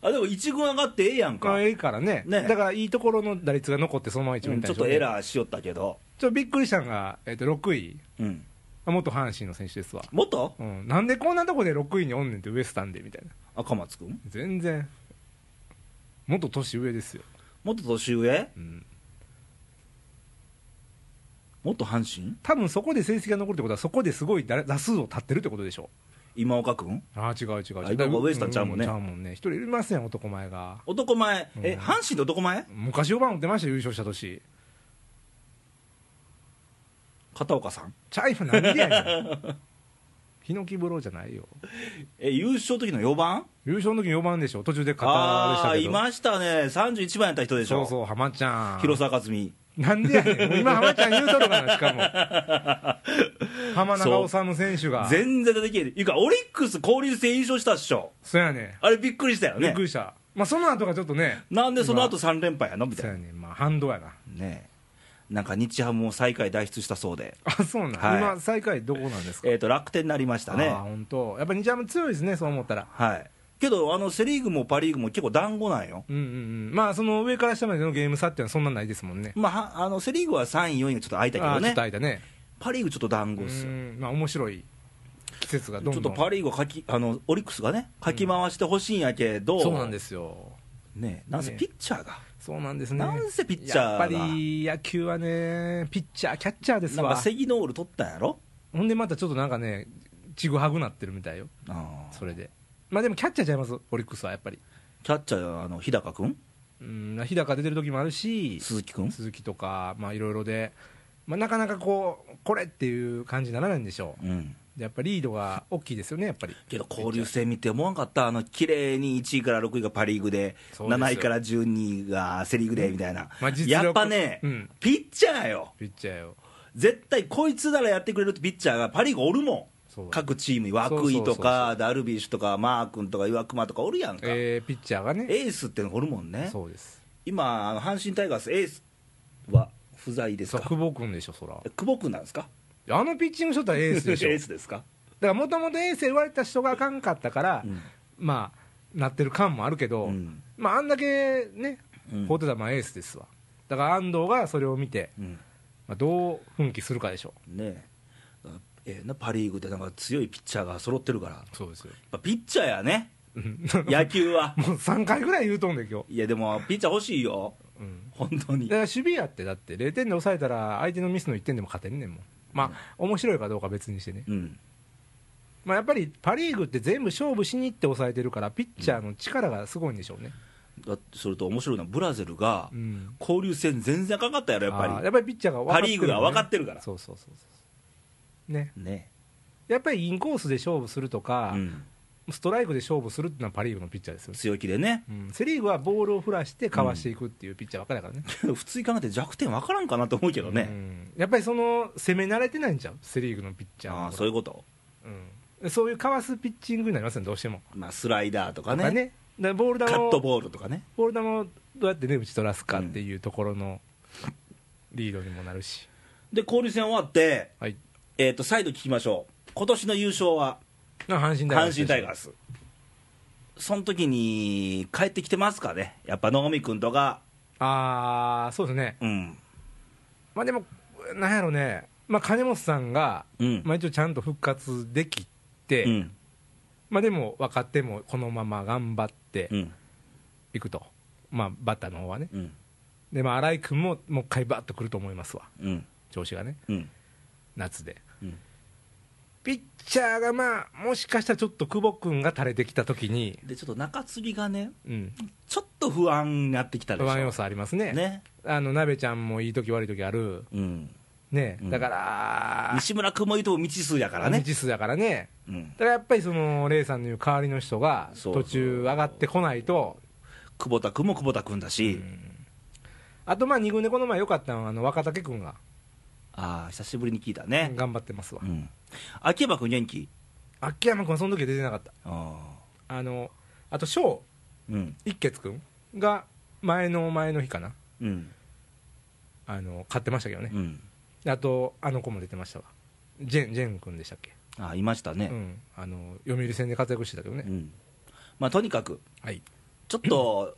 Speaker 1: あ、でも一軍上がってええやんか。
Speaker 2: あええからね
Speaker 1: ね
Speaker 2: だからいいところの打率が残って、そのまま一
Speaker 1: う
Speaker 2: 番
Speaker 1: ん
Speaker 2: い
Speaker 1: ちょっとエ
Speaker 2: ー。
Speaker 1: ラーしよったけど。
Speaker 2: ちょっとびっくりしたのが、えっと6位、
Speaker 1: うん。
Speaker 2: あ元阪神の選手ですわ、
Speaker 1: 元
Speaker 2: うん、なんでこんなとこで6位におんねんって、ウエスタンでみたいな。
Speaker 1: 赤松くん
Speaker 2: 全然元年上ですよ、
Speaker 1: 元年上
Speaker 2: うん、
Speaker 1: 元阪神
Speaker 2: 多分そこで成績が残るってことは、そこですごい打打数を立ってるってことでしょ。
Speaker 1: 今岡君
Speaker 2: ああ、違う違う
Speaker 1: あ
Speaker 2: 違う。
Speaker 1: 今もウエスタンちゃうもんね
Speaker 2: ちゃうもんね。一人いますやん、男前が。
Speaker 1: 男前え、
Speaker 2: うん
Speaker 1: 阪神の男前
Speaker 2: 昔4番打ってましたよ、優勝した年。
Speaker 1: 片岡さん
Speaker 2: ちゃう今何でやねん。 ヒノキ風呂じゃないよ。
Speaker 1: え優勝の時の4番
Speaker 2: 優勝の時4番でしょ。途中で肩でし
Speaker 1: あ
Speaker 2: た
Speaker 1: あ
Speaker 2: け
Speaker 1: ーい
Speaker 2: ど。
Speaker 1: ましたね31番やった人でし
Speaker 2: そう
Speaker 1: ょ
Speaker 2: そう、浜ちゃん。
Speaker 1: 広沢克実
Speaker 2: なんでやねん。もう今浜ちゃん言うとるから、しかも。浜中治選手が。
Speaker 1: 全然出てけえへんいうかオリックス交流戦優勝したっしょ
Speaker 2: そうやね
Speaker 1: あれびっくりしたよ
Speaker 2: ん。びっ
Speaker 1: ね
Speaker 2: くりした。まあその後がちょっとね。
Speaker 1: なんでその後3連敗やのみた
Speaker 2: そ
Speaker 1: いうな
Speaker 2: やねん。まあ反動やな。
Speaker 1: ねえなんか日ハムも最下位脱出したそうで
Speaker 2: あ、そうなん。
Speaker 1: はい
Speaker 2: 今、最下位どこなんですか
Speaker 1: えっ、と楽天になりましたね
Speaker 2: あー本当。やっぱ日ハム強いですね、そう思ったら。
Speaker 1: はいけどあのセ・リーグもパ・リーグも結構団子なんよ
Speaker 2: うんうんうん。まあ、その上から下までのゲーム差っていうのはそんなないですもんね。
Speaker 1: まあはあのセ・リーグは3位4位がちょっと空いたけど
Speaker 2: あーちょっ
Speaker 1: ね
Speaker 2: と間ね。
Speaker 1: パ・リーグちょっと団
Speaker 2: う
Speaker 1: 子っすよ
Speaker 2: ん。まあ、面白い季節がどん
Speaker 1: ちょ
Speaker 2: ど
Speaker 1: っ
Speaker 2: ん。
Speaker 1: とパ・リーグをかきあのオリックスがねかき回してほしいんやけど、
Speaker 2: そうなんですすよ。
Speaker 1: ねえなんせ
Speaker 2: ね
Speaker 1: ピッチャーが、
Speaker 2: そうなんですね。
Speaker 1: なんせピッチャーが
Speaker 2: やっぱり野球はね、ピッチャー、キャッチャーです
Speaker 1: なん
Speaker 2: わ
Speaker 1: か。セギノール取ったんやろ
Speaker 2: ほんでまたちょっとなんかね、ちぐはぐなってるみたいよ。
Speaker 1: あー
Speaker 2: それで。まあでもキャッチャーちゃいます、オリックスはやっぱり。
Speaker 1: キャッチャーはあの日高君
Speaker 2: うん、日高出てる時もあるし、
Speaker 1: 鈴木君
Speaker 2: 鈴木とか、まあいろいろで、まあなかなかこう、これっていう感じにならないんでしょう。
Speaker 1: うん
Speaker 2: でやっぱりリードが大きいですよね、やっぱり。
Speaker 1: けど交流戦見て思わんかったあの綺麗に1位から6位がパ・リーグで
Speaker 2: そうですよ
Speaker 1: 7位から12位がセ・リーグでみたいな、
Speaker 2: まあ実力
Speaker 1: やっぱね、
Speaker 2: うん
Speaker 1: ピッチャーよ
Speaker 2: ピッチャーよ。
Speaker 1: 絶対こいつならやってくれるってピッチャーがパ・リーグおるも
Speaker 2: そうん
Speaker 1: 各チームに涌井とかダルビッシュとかマー君とか岩隈とかおるやんか、
Speaker 2: えー、ピッチャーがね。
Speaker 1: エースってのがおるもんね
Speaker 2: そうです。
Speaker 1: 今あの阪神タイガースエースは不在です
Speaker 2: そう、
Speaker 1: か
Speaker 2: 久保君でしょ、そら。
Speaker 1: 久保君なんですか
Speaker 2: あのピッチングショットはエースでしょ。
Speaker 1: エースですか
Speaker 2: だからもともとエース言われた人があかんかったから、
Speaker 1: うん
Speaker 2: まあ、なってる感もあるけど、
Speaker 1: うん
Speaker 2: まあ、あんだけね、
Speaker 1: うん
Speaker 2: ポテダマエースですわ。だから安藤がそれを見て、
Speaker 1: うん
Speaker 2: まあ、どう奮起するかでしょ
Speaker 1: ねえええなパ・リーグでなんか強いピッチャーが揃ってるから、や
Speaker 2: う。そうですよ。
Speaker 1: っぱピッチャーや ね、野球は。
Speaker 2: もう3回ぐらい言うとんねん、今日。
Speaker 1: いや、でも、ピッチャー欲しいよ、
Speaker 2: うん
Speaker 1: 本当に
Speaker 2: だか。ら守備やって、だって0点で抑えたら、相手のミスの1点でも勝てんねんもん。まあ、面白いかどうか別にしてね。
Speaker 1: うん、
Speaker 2: まあ、やっぱりパ・リーグって全部勝負しに行って抑えてるから、ピッチャーの力がすごいんでしょうね、
Speaker 1: だそれと面白いのは、ブラゼルが
Speaker 2: うん
Speaker 1: 交流戦全然あかんかったやろ、やっ
Speaker 2: あー
Speaker 1: ぱ
Speaker 2: やっぱりピッチャーが分か
Speaker 1: パ
Speaker 2: ってる
Speaker 1: リーグが分かってるから
Speaker 2: そうそうそうそう、ね、
Speaker 1: り。ね
Speaker 2: やっぱりインコースで勝負すると
Speaker 1: え
Speaker 2: か、
Speaker 1: うん、
Speaker 2: ストライクで勝負するっていうのはパ・リーグのピッチャーですよね、
Speaker 1: 強気でね、
Speaker 2: うんセ・リーグはボールを振らしてかわしていくっていうピッチャーばっかりだからね。
Speaker 1: けど普通に考えて弱点分からんかなと思うけど
Speaker 2: う
Speaker 1: ね、
Speaker 2: んやっぱりその攻め慣れてないんちゃう、セ・リーグのピッチャー
Speaker 1: あ
Speaker 2: の
Speaker 1: あそういうこと、
Speaker 2: うんそういうかわすピッチングになりますね、どうしても。
Speaker 1: まあ、スライダーとか
Speaker 2: だから
Speaker 1: ね、
Speaker 2: だからボール
Speaker 1: カ
Speaker 2: 球
Speaker 1: ット
Speaker 2: を
Speaker 1: ボールとかね、
Speaker 2: ボール球をどうやってね、打ち取らすかっていうところのリードにもなるし、
Speaker 1: で交流戦終わって、
Speaker 2: はい、
Speaker 1: えー、と再度聞きましょう、今年の優勝は
Speaker 2: まあ阪神
Speaker 1: 阪神タイガー
Speaker 2: ス
Speaker 1: ス。その時に帰ってきてますかね、やっぱ野上君とか、
Speaker 2: ああ、そうですね、
Speaker 1: うん、
Speaker 2: まあ、でも、なんやろね、まあ、金本さんが、
Speaker 1: うん
Speaker 2: まあ、一応ちゃんと復活できて、
Speaker 1: うん、
Speaker 2: まあ、でも若手もこのまま頑張って
Speaker 1: うん、
Speaker 2: いくと、まあ、バッターの方はね、
Speaker 1: うん、
Speaker 2: でまあ、新井君ももう一回バッとくると思いますわ、
Speaker 1: うん、
Speaker 2: 調子がね、
Speaker 1: うん、
Speaker 2: 夏で。
Speaker 1: うん
Speaker 2: ピッチャーが、まあ、もしかしたらちょっと久保君が垂れてきたときに、
Speaker 1: で、ちょっと中継ぎがね、
Speaker 2: うん、
Speaker 1: ちょっと不安になってきたでしょ、
Speaker 2: 不安要素ありますね、
Speaker 1: ね、
Speaker 2: あの鍋ちゃんもいいとき悪いときある、
Speaker 1: うん、
Speaker 2: ね、
Speaker 1: うん
Speaker 2: だから、
Speaker 1: 西村君も言うと未知数やからね、
Speaker 2: 未知数だからね。
Speaker 1: うん
Speaker 2: だ、からやっぱりそのレイさんのいう代わりの人が
Speaker 1: そうそう
Speaker 2: 途中上がってこないと、
Speaker 1: 久保田君も久保田君だし、
Speaker 2: あとまあ2軍でこの前良かったのはあの若竹君が
Speaker 1: ああ、久しぶりに聞いたね、
Speaker 2: 頑張ってますわ、
Speaker 1: うん、秋山君元気
Speaker 2: 秋山君はその時は出てなかった
Speaker 1: あ
Speaker 2: あのあと翔
Speaker 1: ーうん、
Speaker 2: 一傑君が前の前の日かな
Speaker 1: うん、
Speaker 2: あの買ってましたけどね
Speaker 1: う、ん、
Speaker 2: あとあの子も出てましたわジェンジェン君でしたっけ、
Speaker 1: あーいました
Speaker 2: う
Speaker 1: ね、
Speaker 2: ん、あの読売戦で活躍してたけどね、
Speaker 1: うん、まあとにかく、
Speaker 2: はい
Speaker 1: ちょっ と、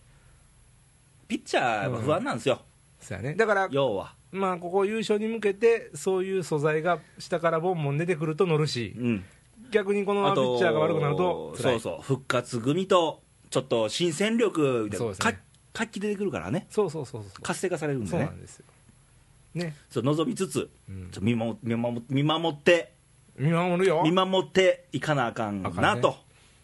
Speaker 1: ピッチャーは不安なんですよ、
Speaker 2: そうやねだから
Speaker 1: 要は。
Speaker 2: まあここ優勝に向けてそういう素材が下からボンボン出てくると乗るし、
Speaker 1: うん、
Speaker 2: 逆にこのままピッチャーが悪くなると辛
Speaker 1: そ
Speaker 2: いう
Speaker 1: そう、復活組と、ちょっと新戦力みたい
Speaker 2: そう
Speaker 1: な、
Speaker 2: ですね
Speaker 1: か活気出てくるからね、
Speaker 2: そうそうそうそう
Speaker 1: 活性化されるん
Speaker 2: そ
Speaker 1: で
Speaker 2: うな
Speaker 1: ね
Speaker 2: ん、ですよね、
Speaker 1: そう望みつつ、
Speaker 2: うん
Speaker 1: ちょ見守見守見守って
Speaker 2: 見守るよ
Speaker 1: 見守っていかなあかん
Speaker 2: あか
Speaker 1: なん
Speaker 2: ね
Speaker 1: と、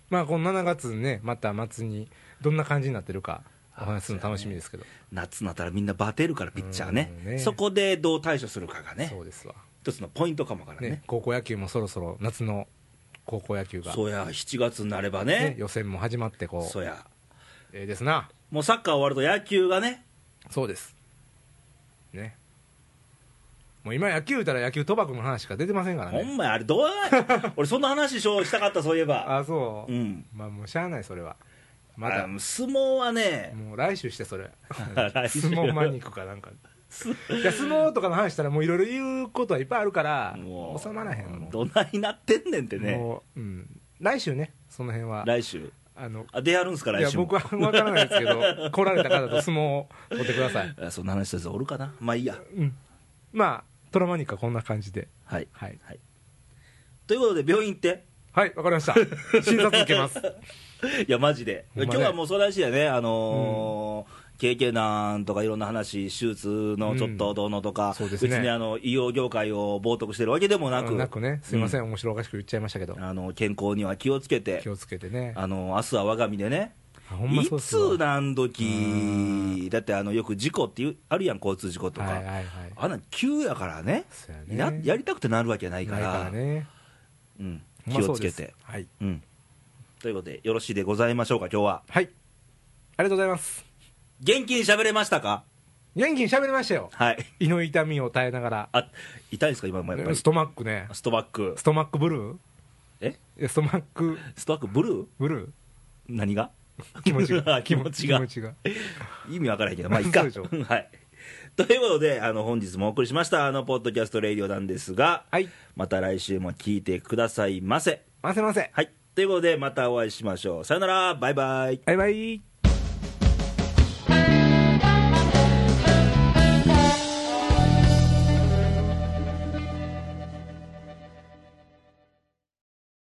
Speaker 2: まあこの7月ねまた末にどんな感じになってるかお話しするの楽しみですけど
Speaker 1: 夏になったらみんなバテるからピッチャーね
Speaker 2: うんね
Speaker 1: そこでどう対処するかがね
Speaker 2: そうですわ、
Speaker 1: 一つのポイントかもからね
Speaker 2: ね、高校野球もそろそろ夏の高校野球が、
Speaker 1: そうや7月になれば
Speaker 2: ね、
Speaker 1: ね
Speaker 2: 予選も始まってこう
Speaker 1: そうや
Speaker 2: ええですな
Speaker 1: もうサッカー終わると野球がね
Speaker 2: そうですねもう今野球言うたら野球賭博の話しか出てませんから
Speaker 1: ほ
Speaker 2: ね
Speaker 1: んまやあれどう や俺そんな話しようしたかったそういえば
Speaker 2: あそう、
Speaker 1: うん
Speaker 2: まあもうしゃあないそれはま
Speaker 1: あ
Speaker 2: だ
Speaker 1: の相撲はね
Speaker 2: もう来週してそれ
Speaker 1: 来週
Speaker 2: 相撲マニック かなんかいや相撲とかの話したらもういろいろ言うことはいっぱいあるから
Speaker 1: もう
Speaker 2: 収まらへんもう
Speaker 1: どないなってんねんってね
Speaker 2: もう、うん、来週ねその辺は
Speaker 1: 来週
Speaker 2: あの
Speaker 1: あ出やるんすか
Speaker 2: い
Speaker 1: 来
Speaker 2: や
Speaker 1: 週も
Speaker 2: 僕は分からないです けど来られた方と相撲を取ってください、
Speaker 1: あそんな話したやつおるかなまあいいや
Speaker 2: うん、まあトラマニカこんな感じで
Speaker 1: はい、
Speaker 2: はい
Speaker 1: はい、ということで病院行って
Speaker 2: はいわかり ました診察受けます
Speaker 1: いやマジで、
Speaker 2: ほん
Speaker 1: 今
Speaker 2: まね
Speaker 1: 日はもうそうらしいよねあのー経験談とかいろんな話、手術のちょっとどうのとか、
Speaker 2: そうですね
Speaker 1: 別にあの医療業界を冒涜してるわけでもなく、
Speaker 2: なくねすいません、面白おかしく言っちゃいましたけど
Speaker 1: うんあの健康には気をつけて
Speaker 2: 気、をつけてね
Speaker 1: あの明日は我が身でね、
Speaker 2: あほんまそう
Speaker 1: い
Speaker 2: っすわ
Speaker 1: つ何時だってあのよく事故っていうあるやん、交通事故とか、
Speaker 2: はいはいはい
Speaker 1: あんなん急やからね
Speaker 2: そうやね
Speaker 1: や、やりたくてなるわけないか
Speaker 2: ない
Speaker 1: ら、
Speaker 2: からね
Speaker 1: うん、
Speaker 2: ほん
Speaker 1: 気
Speaker 2: まそ
Speaker 1: を
Speaker 2: う
Speaker 1: つけ
Speaker 2: です
Speaker 1: て。
Speaker 2: はい、
Speaker 1: うん、ということで、よろしいでございましょうか、今日は。
Speaker 2: はい、ありがとうございます
Speaker 1: 現金喋れましたか
Speaker 2: 元気に喋りましたよ
Speaker 1: はい。
Speaker 2: 胃の痛みを耐えながら
Speaker 1: あ、痛いんですか今もやっぱり。
Speaker 2: ス
Speaker 1: ス
Speaker 2: トマックね
Speaker 1: トバック
Speaker 2: ス。トマックブルー
Speaker 1: え
Speaker 2: いやストマック
Speaker 1: ストバックブルー
Speaker 2: ブルー
Speaker 1: 何が
Speaker 2: 気持ちが
Speaker 1: あ 気持ちが
Speaker 2: 気持ちが
Speaker 1: 意味わからへんけど、まあいいか。
Speaker 2: そうでし ょ
Speaker 1: はい。ということで、あの、本日もお送りしました、あの、ポッドキャストレイディオなんですが、
Speaker 2: はい
Speaker 1: また来週も聞いてくださいませ。
Speaker 2: ませませ
Speaker 1: はい。ということで、またお会いしましょう。さよなら、バイバイ。
Speaker 2: バイバイ